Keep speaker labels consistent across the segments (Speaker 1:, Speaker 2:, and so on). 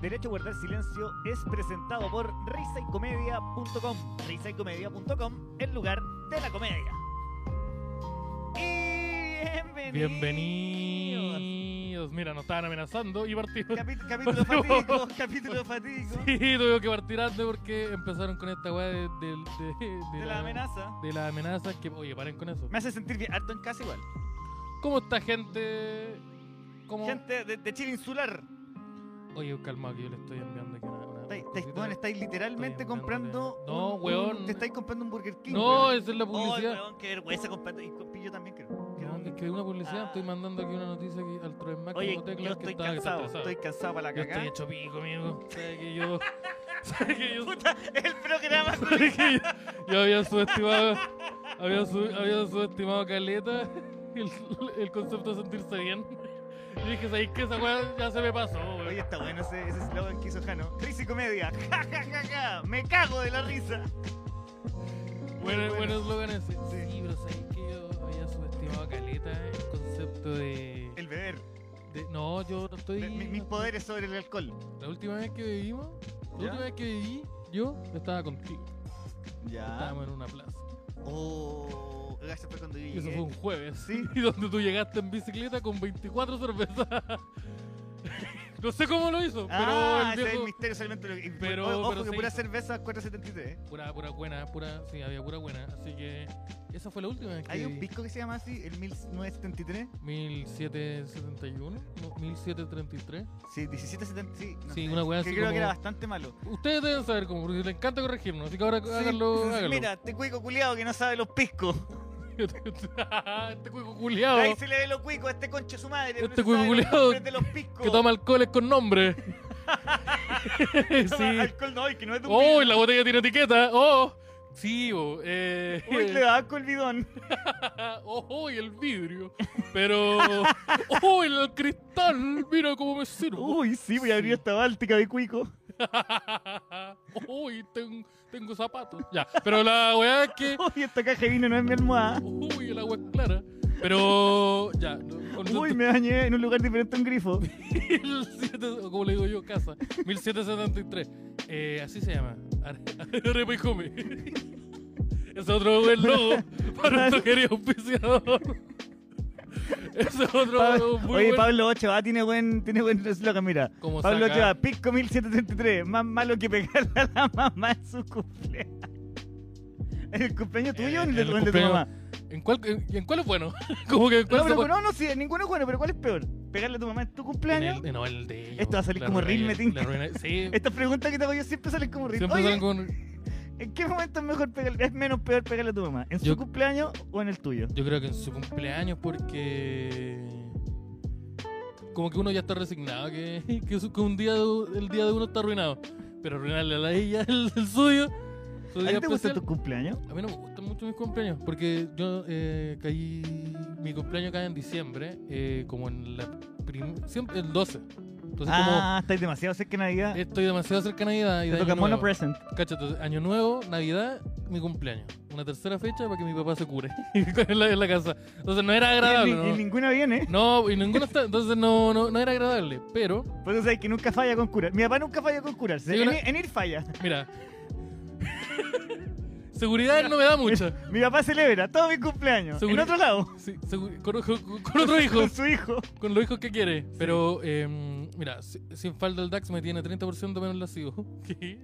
Speaker 1: Derecho a Guardar Silencio es presentado por risaycomedia.com. Risaycomedia.com, el lugar de la comedia. Y bienvenidos.
Speaker 2: Bienvenidos. Mira, nos estaban amenazando y partimos.
Speaker 1: Capi- capítulo fatídico, capítulo fatídico.
Speaker 2: Sí, tuve que partir antes porque empezaron con esta weá de, de- de- de
Speaker 1: De la amenaza.
Speaker 2: De las amenazas que. Oye, paren con eso.
Speaker 1: Me hace sentir bien, harto en casa igual.
Speaker 2: ¿Cómo está gente? ¿Cómo?
Speaker 1: Gente de, de Chile insular,
Speaker 2: Oye, calma que yo le estoy enviando aquí una. una
Speaker 1: estáis, estáis-
Speaker 2: cosita.
Speaker 1: weón, estáis literalmente
Speaker 2: Estoy
Speaker 1: comprando.
Speaker 2: enviando- No,
Speaker 1: un-
Speaker 2: weón.
Speaker 1: un- Te estáis comprando un Burger King.
Speaker 2: No,
Speaker 1: weón.
Speaker 2: esa es la
Speaker 1: Oh,
Speaker 2: publicidad.
Speaker 1: weón, qué vergüenza comprando. Y con pillo también creo. Creo
Speaker 2: No,
Speaker 1: que-
Speaker 2: es que hay una publicidad,
Speaker 1: Ah.
Speaker 2: estoy mandando aquí una noticia aquí al Troy Mac
Speaker 1: Oye,
Speaker 2: como tecla,
Speaker 1: yo
Speaker 2: que
Speaker 1: estoy
Speaker 2: está- que está
Speaker 1: cansado,
Speaker 2: atrasado.
Speaker 1: estoy cansado para la
Speaker 2: Yo estoy
Speaker 1: cagada.
Speaker 2: hecho pico, amigo. Sabes que yo. Sabes que yo.
Speaker 1: Puta, el programa
Speaker 2: Sabes que yo, yo había subestimado. Había, su- había subestimado Caleta. El, el concepto de sentirse bien. Y dije, ¿sabéis qué? Esa weá ya se me pasó, weón.
Speaker 1: Oye, está bueno ese ese eslogan que hizo Jano. Risa y comedia. Ja, ja, ja, ja. Me cago de la risa.
Speaker 2: Bueno,
Speaker 1: Muy
Speaker 2: bueno, eslogan ese.
Speaker 1: Sí.
Speaker 2: Sí, pero sabéis que yo había subestimado a Caleta el concepto de.
Speaker 1: El beber.
Speaker 2: de- no, yo no estoy.
Speaker 1: de- mi- mis poderes sobre el alcohol.
Speaker 2: La última vez que vivimos, la
Speaker 1: ¿Ya?
Speaker 2: última vez que viví, yo estaba contigo.
Speaker 1: Ya.
Speaker 2: Estábamos en una plaza.
Speaker 1: Oh, eso fue cuando yo
Speaker 2: Y eso
Speaker 1: llegué.
Speaker 2: fue un jueves.
Speaker 1: Sí.
Speaker 2: Y donde tú llegaste en bicicleta con 24 cervezas. no sé cómo lo hizo,
Speaker 1: Ah, ese
Speaker 2: pero el
Speaker 1: es el
Speaker 2: viejo.
Speaker 1: misterio solamente. Lo... y-
Speaker 2: Pero-
Speaker 1: o- Ojo
Speaker 2: pero
Speaker 1: que
Speaker 2: se
Speaker 1: pura
Speaker 2: hizo.
Speaker 1: cerveza 473. ¿eh?
Speaker 2: Pura, pura buena, pura. Sí, había pura buena. Así que esa fue la última vez que.
Speaker 1: Hay un
Speaker 2: vi.
Speaker 1: disco que se llama así, el 1973.
Speaker 2: 1771, no, 1733.
Speaker 1: Sí, 1770. Sí, no
Speaker 2: Sí,
Speaker 1: sé,
Speaker 2: una wea
Speaker 1: Que
Speaker 2: así
Speaker 1: creo que era
Speaker 2: como-
Speaker 1: bastante malo.
Speaker 2: Ustedes deben saber cómo, porque les encanta corregirnos, así que ahora
Speaker 1: Sí,
Speaker 2: háganlo.
Speaker 1: sí, sí,
Speaker 2: háganlo.
Speaker 1: Mira, este cuico culiado que no sabe los piscos.
Speaker 2: este cuico culiado
Speaker 1: Ahí se le ve los cuicos a este concha su madre.
Speaker 2: Este
Speaker 1: no se
Speaker 2: cuico
Speaker 1: sabe los
Speaker 2: culiao
Speaker 1: nombres de los piscos.
Speaker 2: que toma alcoholes con nombre.
Speaker 1: Toma
Speaker 2: sí.
Speaker 1: alcohol, no, y que no es de un
Speaker 2: Oh, y
Speaker 1: bidón.
Speaker 2: la botella tiene etiqueta. Oh, sí, bo, eh.
Speaker 1: Uy, le da asco el bidón.
Speaker 2: Oh, oh, y el vidrio. Pero. Oh, el cristal. Mira cómo me sirvo.
Speaker 1: Uy, sí, voy a abrir
Speaker 2: Sí.
Speaker 1: esta báltica de cuico.
Speaker 2: Oh, y ten- tengo zapatos. Ya, pero la weá es que.
Speaker 1: Uy, esta caja de vino no es mi almohada.
Speaker 2: Uy, el agua es clara. Pero. Ya. no, con-
Speaker 1: Uy, me bañé en un lugar diferente a un grifo.
Speaker 2: 1700, o como le digo yo, casa. 1773. Eh, así se llama. Are- Arepa y come. Es otro buen logo para nuestro querido auspiciador. Ese Es otro
Speaker 1: Pa-
Speaker 2: logo muy
Speaker 1: Oye,
Speaker 2: bueno.
Speaker 1: Pablo Ochoa tiene buen, tiene buen eslogan, mira.
Speaker 2: Como
Speaker 1: Pablo
Speaker 2: saca-
Speaker 1: Ochoa, Pisco 1733, más malo que pegarle a la mamá en su cumpleaños. ¿En el cumpleaños tuyo o en el,
Speaker 2: Eh, En el
Speaker 1: o en de tu
Speaker 2: cumpleaños.
Speaker 1: mamá?
Speaker 2: ¿En cuál, en, en cuál es bueno? Como que en cuál
Speaker 1: No,
Speaker 2: se
Speaker 1: pero,
Speaker 2: puede-
Speaker 1: no, no, sí, ninguno es bueno, pero ¿cuál es peor? ¿Pegarle a tu mamá en tu
Speaker 2: en
Speaker 1: cumpleaños?
Speaker 2: el, no, en el de ellos.
Speaker 1: Esto va a salir
Speaker 2: La
Speaker 1: como Ritme,
Speaker 2: arruiné, la
Speaker 1: tinca.
Speaker 2: arruiné. Sí.
Speaker 1: Estas preguntas que te hago yo siempre salen como ricas.
Speaker 2: Siempre
Speaker 1: Oye,
Speaker 2: salen con.
Speaker 1: ¿en qué momento es mejor pegarle, es menos peor pegarle a tu mamá? ¿En su
Speaker 2: Yo-
Speaker 1: cumpleaños o en el tuyo?
Speaker 2: Yo creo que en su cumpleaños porque como que uno ya está resignado, que, que, su- que un día de- el día de uno está arruinado. Pero arruinarle a la ella el, el suyo. su
Speaker 1: ¿A
Speaker 2: día
Speaker 1: ti te gustan
Speaker 2: especial.
Speaker 1: tus cumpleaños?
Speaker 2: A mí no me gustan mucho mis cumpleaños, porque yo eh, caí. Mi cumpleaños cae en diciembre, eh, como en la prim- siempre el 12. Entonces
Speaker 1: ah, estáis demasiado cerca de Navidad.
Speaker 2: como estoy demasiado cerca de Navidad y
Speaker 1: Te
Speaker 2: de
Speaker 1: toca
Speaker 2: año
Speaker 1: mono
Speaker 2: nuevo.
Speaker 1: present.
Speaker 2: Cáchate, año nuevo, Navidad, mi cumpleaños. Una tercera fecha para que mi papá se cure en, la, en la casa. Entonces no era
Speaker 1: Y,
Speaker 2: agradable.
Speaker 1: ni-
Speaker 2: ¿no?
Speaker 1: y ninguna viene.
Speaker 2: No, y ninguno está. Entonces no, no, no era agradable. Pero,
Speaker 1: Por eso sabes que nunca falla con curar. Mi papá nunca falla con curarse.
Speaker 2: Sí,
Speaker 1: en,
Speaker 2: una-
Speaker 1: en ir falla.
Speaker 2: mira. Seguridad no me da mucha.
Speaker 1: Mi papá celebra todos mis cumpleaños.
Speaker 2: Seguro-
Speaker 1: En otro lado.
Speaker 2: Sí, segu- con, con- con otro hijo.
Speaker 1: Con su hijo.
Speaker 2: Con los hijos que quiere. Pero, eh, mira, si- sin falda el DAX me tiene 30% menos lascivo. ¿Qué?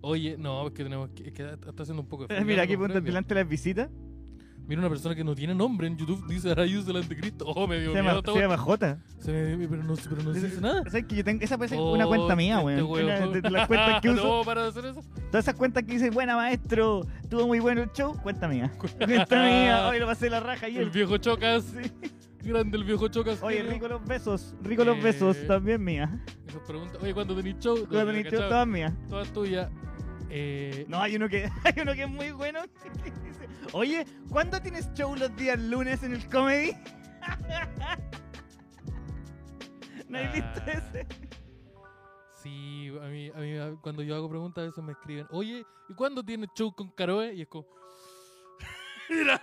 Speaker 2: Oye, no, es que tenemos que. es que está haciendo un poco de frío,
Speaker 1: Mira,
Speaker 2: no
Speaker 1: aquí preguntan
Speaker 2: comprende.
Speaker 1: delante de las visitas.
Speaker 2: Mira, una persona que no tiene nombre en YouTube dice Arayus del Anticristo. Oh, me dio
Speaker 1: Se
Speaker 2: miedo.
Speaker 1: llama,
Speaker 2: esta
Speaker 1: se
Speaker 2: wea.
Speaker 1: llama Jota.
Speaker 2: Se me- pero no, pero no se dice nada.
Speaker 1: ¿Sabes que yo tengo? Esa parece una cuenta mía,
Speaker 2: Oh, este
Speaker 1: weón. Una
Speaker 2: weón.
Speaker 1: de- de las cuentas que uso.
Speaker 2: No, para de hacer eso.
Speaker 1: Todas esas cuentas que dicen, buena maestro, tuvo muy bueno el show, cuenta mía. Cuenta mía, hoy lo pasé la raja y
Speaker 2: El
Speaker 1: el
Speaker 2: viejo Chocas. Grande el viejo Chocas.
Speaker 1: Oye,
Speaker 2: Mira.
Speaker 1: rico los besos, rico los
Speaker 2: Eh,
Speaker 1: besos, también mía.
Speaker 2: Esas preguntas. Oye, ¿cuándo tenés show?
Speaker 1: Cuando tenés show, todas mías.
Speaker 2: Todas tuyas. Eh,
Speaker 1: No, hay uno que, hay uno que es muy bueno. que dice, Oye, ¿cuándo tienes show los días lunes en el comedy? ¿No hay visto
Speaker 2: ah,
Speaker 1: ese?
Speaker 2: Sí, a mí, a mí cuando yo hago preguntas a veces me escriben, oye, ¿y cuándo tienes show con Caroe? Y es como, mira,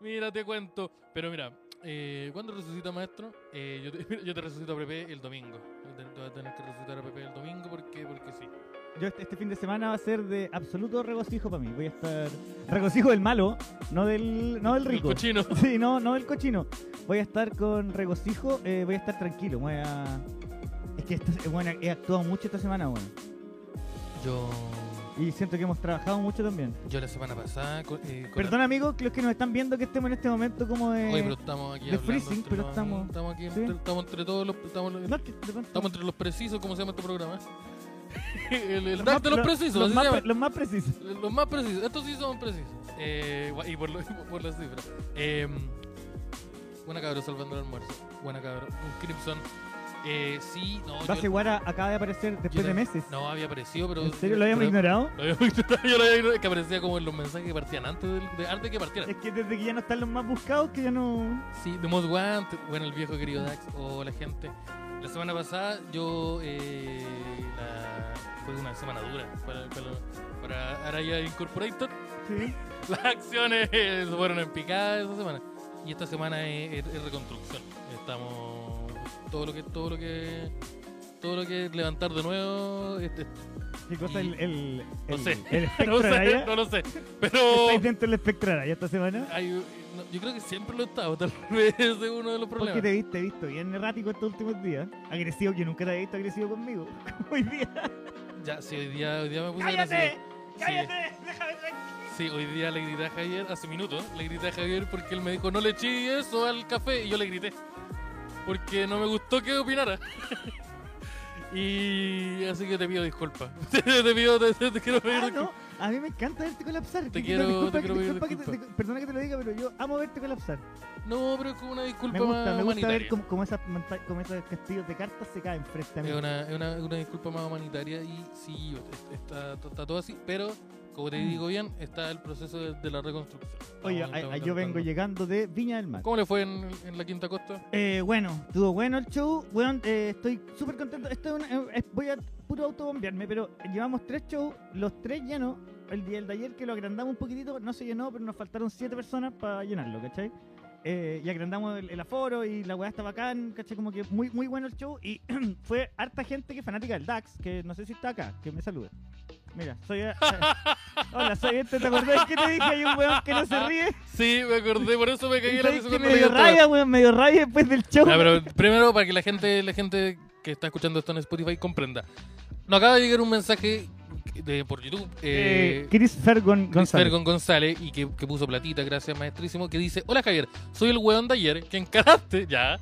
Speaker 2: mira, te cuento. Pero mira, Eh, ¿Cuándo resucita maestro? Eh, yo, te, yo te resucito a Pepe el domingo. Te, te vas a tener que resucitar a Pepe el domingo porque, porque sí.
Speaker 1: Yo este, este fin de semana va a ser de absoluto regocijo para mí. Voy a estar. Regocijo del malo, no del, no del
Speaker 2: El
Speaker 1: rico.
Speaker 2: cochino.
Speaker 1: Sí, no, no del cochino. Voy a estar con regocijo, eh, voy a estar tranquilo. Voy a. Es que esta- bueno, he actuado mucho esta semana, bueno.
Speaker 2: Yo,
Speaker 1: Y siento que hemos trabajado mucho también.
Speaker 2: yo la semana pasada. co- eh, con
Speaker 1: Perdón, amigos, que los que nos están viendo que estemos en este momento como de.
Speaker 2: la- Oye, pero estamos aquí.
Speaker 1: de
Speaker 2: hablando
Speaker 1: freezing,
Speaker 2: entre
Speaker 1: pero
Speaker 2: los-
Speaker 1: estamos-
Speaker 2: Estamos aquí,
Speaker 1: sí.
Speaker 2: entre- estamos entre todos los. Estamos,
Speaker 1: No, que de pronto-
Speaker 2: estamos entre los precisos, ¿cómo se llama este programa? el el
Speaker 1: los más-
Speaker 2: draft de los precisos,
Speaker 1: Los,
Speaker 2: así
Speaker 1: más,
Speaker 2: se llama.
Speaker 1: pre- los más precisos.
Speaker 2: Los más precisos, estos sí son precisos. Eh, gua- y por, lo- por las cifras. Eh, buena cabro, salvando el almuerzo. Buena cabro. Un Crimson. Eh, sí, no.
Speaker 1: Base Guara acaba de aparecer después
Speaker 2: yo-
Speaker 1: de meses.
Speaker 2: No, había aparecido, pero.
Speaker 1: ¿En serio lo habíamos
Speaker 2: pero-
Speaker 1: ignorado?
Speaker 2: Lo habíamos ignorado, Yo lo había ignorado, que aparecía como en los mensajes que partían antes, del, de, antes de que partieran.
Speaker 1: Es que desde que ya no están los más buscados, que ya no.
Speaker 2: Sí, The Most Wanted. Bueno, el viejo querido Dax. O la gente. La semana pasada yo. eh, la- fue una semana dura para, para, para Araya Incorporated.
Speaker 1: Sí.
Speaker 2: las acciones eh, fueron en picada esa semana. Y esta semana es, es- es reconstrucción. Estamos todo lo que todo lo que todo lo que es levantar de nuevo. este,
Speaker 1: ¿Qué cosa? El, el,
Speaker 2: No
Speaker 1: el-
Speaker 2: sé.
Speaker 1: el espectro
Speaker 2: no
Speaker 1: de
Speaker 2: sé,
Speaker 1: Araya.
Speaker 2: no lo sé.
Speaker 1: ¿Estáis
Speaker 2: Pero
Speaker 1: dentro del espectro de Araya esta semana?
Speaker 2: hay- no, yo creo que siempre lo he estado. Tal vez es uno de los
Speaker 1: Porque
Speaker 2: problemas.
Speaker 1: te viste, visto bien errático estos últimos días. Agresivo, que nunca te había visto agresivo conmigo. Como hoy día.
Speaker 2: Ya, sí, hoy día, hoy día me puse
Speaker 1: ¡Cállate!
Speaker 2: agresivo. Sí.
Speaker 1: ¡Cállate! ¡Déjame tranquilo!
Speaker 2: Sí, hoy día le grité a Javier, hace minutos, le grité a Javier porque él me dijo, no le eché eso al café, y yo le grité. Porque no me gustó que opinara. y así que te pido disculpas. te pido, te, te- te quiero pedir
Speaker 1: Ah,
Speaker 2: disculpas.
Speaker 1: no, a mí me encanta verte colapsar.
Speaker 2: Te quiero- te quiero pedir
Speaker 1: que te-
Speaker 2: disculpas.
Speaker 1: te- perdona que te lo diga, pero yo amo verte colapsar.
Speaker 2: No, pero es como una disculpa
Speaker 1: Me gusta,
Speaker 2: más
Speaker 1: me gusta ver
Speaker 2: humanitaria.
Speaker 1: cómo, cómo esas monta- cómo esos castillos de cartas se caen frente a mí.
Speaker 2: Es una, es una- es una disculpa más humanitaria y sí, es- está, está todo así, pero como te digo bien, está el proceso de, de la reconstrucción.
Speaker 1: Mm. Oye,
Speaker 2: Estamos-
Speaker 1: a-
Speaker 2: estamos
Speaker 1: a- yo vengo
Speaker 2: tratando.
Speaker 1: llegando de Viña del Mar.
Speaker 2: ¿Cómo le fue en, en la Quinta Costa?
Speaker 1: Eh, bueno, estuvo bueno el show. Weón, eh, estoy súper contento. Esto es una- eh, voy a puro autobombearme, pero llevamos tres shows, los tres llenos. El día del de ayer que lo agrandamos un poquitito, no se llenó, pero nos faltaron siete personas para llenarlo, ¿cachai? Eh, y agrandamos el, el aforo y la weá está bacán, ¿cachai? Como que muy, muy bueno el show. Y fue harta gente que es fanática del DAX, que no sé si está acá, que me salude. Mira, soy. eh, hola, soy este, ¿te acordás que te dije? Hay un weón que no se ríe.
Speaker 2: Sí, me acordé, por eso me
Speaker 1: Y
Speaker 2: caí en la
Speaker 1: sabes
Speaker 2: risa
Speaker 1: que
Speaker 2: cuando
Speaker 1: me
Speaker 2: leí
Speaker 1: dio
Speaker 2: el tema.
Speaker 1: rabia, weón, me dio rabia después del show.
Speaker 2: Ya, pero primero para que la gente, la gente que está escuchando esto en Spotify comprenda. Nos acaba de llegar un mensaje de, por YouTube.
Speaker 1: Eh,
Speaker 2: Eh,
Speaker 1: Chris Fergon
Speaker 2: Chris
Speaker 1: González.
Speaker 2: Fergon González y que, que puso platita, gracias maestrísimo, que dice, hola Javier, soy el weón de ayer que encaraste ya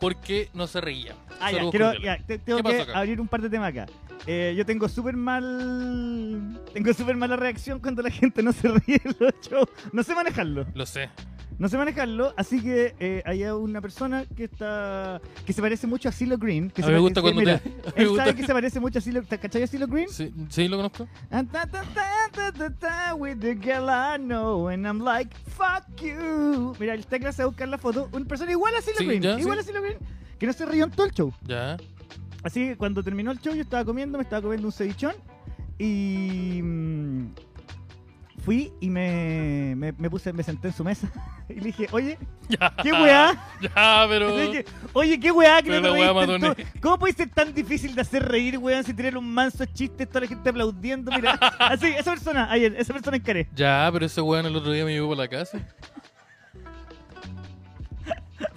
Speaker 2: porque no se reía.
Speaker 1: Ah, ya,
Speaker 2: Saludos
Speaker 1: quiero-
Speaker 2: cordiales.
Speaker 1: ya, te- tengo
Speaker 2: ¿Qué pasó
Speaker 1: que
Speaker 2: acá?
Speaker 1: abrir un par de temas acá. Eh, yo tengo súper mal. Tengo súper mala reacción cuando la gente no se ríe en los shows. No sé manejarlo.
Speaker 2: Lo sé.
Speaker 1: No sé manejarlo, así que eh, hay una persona que está. que se parece mucho a Silo Green. Que
Speaker 2: A
Speaker 1: se
Speaker 2: mí me
Speaker 1: pare-
Speaker 2: gusta
Speaker 1: sí,
Speaker 2: cuando
Speaker 1: mira,
Speaker 2: te... a mí me
Speaker 1: Él
Speaker 2: gusta-
Speaker 1: sabe que se parece mucho a Silo ¿te ¿Cachai a Silo Green?
Speaker 2: Sí, sí, lo conozco.
Speaker 1: Ah, ta, ta, ta, ta, ta, ta, with the girl I know, and I'm like, fuck you. Mira, el tecla se va a buscar la foto. Una persona igual a Silo
Speaker 2: Sí,
Speaker 1: Green.
Speaker 2: ya,
Speaker 1: igual
Speaker 2: sí.
Speaker 1: a Silo Green. Que no se rió en todo el show.
Speaker 2: Ya.
Speaker 1: Así que cuando terminó el show yo estaba comiendo, me estaba comiendo un cevichón y mm, fui y me, me, me puse, me senté en su mesa y le dije, oye,
Speaker 2: Ya.
Speaker 1: qué weá.
Speaker 2: Ya, pero...
Speaker 1: Le dije, oye, qué weá, que
Speaker 2: Eh, Pero
Speaker 1: no
Speaker 2: la
Speaker 1: te
Speaker 2: weá
Speaker 1: reíste en
Speaker 2: Madonna.
Speaker 1: todo? ¿Cómo puede ser tan difícil de hacer reír, weón, si tirar un manso chiste, toda la gente aplaudiendo? Mira, así, esa persona, ayer, esa persona encaré.
Speaker 2: Ya, pero ese weón el otro día me llevó por la casa.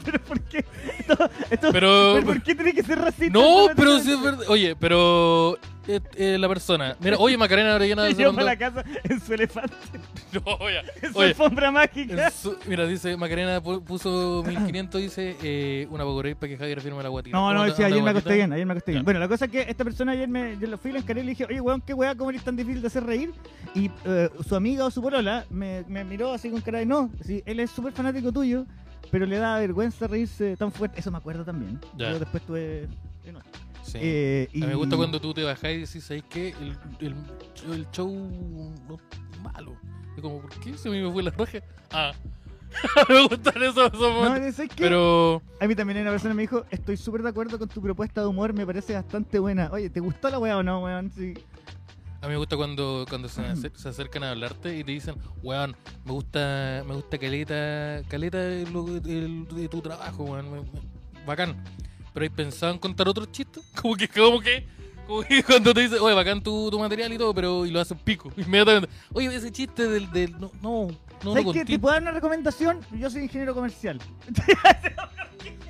Speaker 1: Pero ¿por qué? Esto- esto-
Speaker 2: Pero-
Speaker 1: ¿Por qué tiene que ser racista?
Speaker 2: No,
Speaker 1: Esto-
Speaker 2: pero sí es verdad. Oye, pero eh, eh, la persona. Mira, oye, Macarena Arellana
Speaker 1: Me
Speaker 2: se
Speaker 1: llevó
Speaker 2: mandó.
Speaker 1: para la casa en su elefante,
Speaker 2: No, oye,
Speaker 1: en su
Speaker 2: oye,
Speaker 1: alfombra mágica.
Speaker 2: en su- Mira, dice Macarena pu- puso 1500, dice eh, una Powerade para que Javier firme la guatita.
Speaker 1: No, no,
Speaker 2: ¿Cómo
Speaker 1: sí,
Speaker 2: anda
Speaker 1: ayer me
Speaker 2: guatita?
Speaker 1: acosté bien, ayer me acosté bien.
Speaker 2: Ya.
Speaker 1: Bueno, la cosa es que esta persona ayer me, yo lo fui, la encaré y le dije, oye, weón, qué weá, cómo eres tan difícil de hacer reír. Y eh, su amiga o su porola me, me miró así con cara de, no, sí, él es súper fanático tuyo, pero le da vergüenza reírse tan fuerte. Eso me acuerdo también.
Speaker 2: Ya.
Speaker 1: Yo después tuve... eh, no.
Speaker 2: Sí.
Speaker 1: Eh,
Speaker 2: A
Speaker 1: y...
Speaker 2: mí me gusta cuando tú te bajás y decís, ¿sabes qué? El, el, el show no, malo. Y como, ¿por qué se me fue la roja? Ah, me gustan esos, esos
Speaker 1: No,
Speaker 2: momentos.
Speaker 1: ¿sabes qué?
Speaker 2: Pero,
Speaker 1: A mí también una persona me dijo, estoy súper de acuerdo con tu propuesta de humor, me parece bastante buena. Oye, ¿te gustó la weá o no, weón? Sí.
Speaker 2: A mí me gusta cuando, cuando se, acer- se acercan a hablarte y te dicen, weón, me gusta, me gusta caleta, caleta de, lo- de- de tu trabajo, weón, me- me- bacán. Pero has pensado en contar otro chiste, como que, como que, como que cuando te dicen, oye, bacán tu, tu material y todo, pero y lo hacen pico, inmediatamente. Oye, ese chiste del, del no, no, no lo
Speaker 1: ¿Sabes qué?
Speaker 2: conté.
Speaker 1: ¿Te puedo dar una recomendación? Yo soy ingeniero comercial. ¿Pero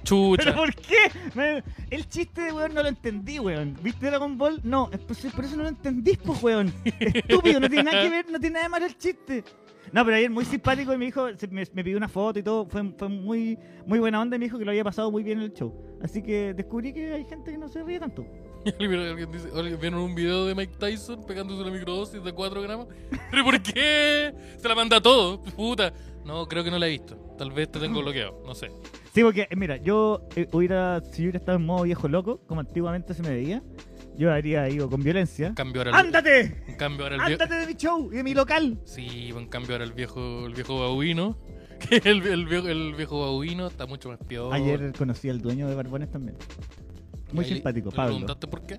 Speaker 2: Chucha.
Speaker 1: por qué? Me- El chiste de weón no lo entendí, weón. ¿Viste Dragon Ball? No, es por por eso no lo entendís, pues, weón. Estúpido, no tiene nada que ver, no tiene nada de malo el chiste. No, pero ayer muy simpático y me dijo, se- me, me pidió una foto y todo, fue, fue muy, muy buena onda y me dijo que lo había pasado muy bien en el show. Así que descubrí que hay gente que no se ríe tanto.
Speaker 2: Mira, alguien dice, oye, vieron un video de Mike Tyson pegándose una microdosis de 4 gramos. ¿Pero por qué? Se la manda a todo, puta. No, creo que no la he visto. Tal vez te tengo bloqueado, no sé.
Speaker 1: Sí, porque, eh, mira, yo eh, hubiera, si yo hubiera estado en modo viejo loco, como antiguamente se me veía, yo habría ido con violencia.
Speaker 2: Cambio ahora el-
Speaker 1: ¡Ándate!
Speaker 2: En cambio ahora el viejo.
Speaker 1: ¡Ándate de mi show y de mi local!
Speaker 2: Sí, en cambio ahora el viejo, el viejo babuino. Que el, el viejo, el viejo babuino está mucho más peor.
Speaker 1: Ayer conocí al dueño de Barbones también. Muy simpático, Pablo.
Speaker 2: ¿Le preguntaste por qué?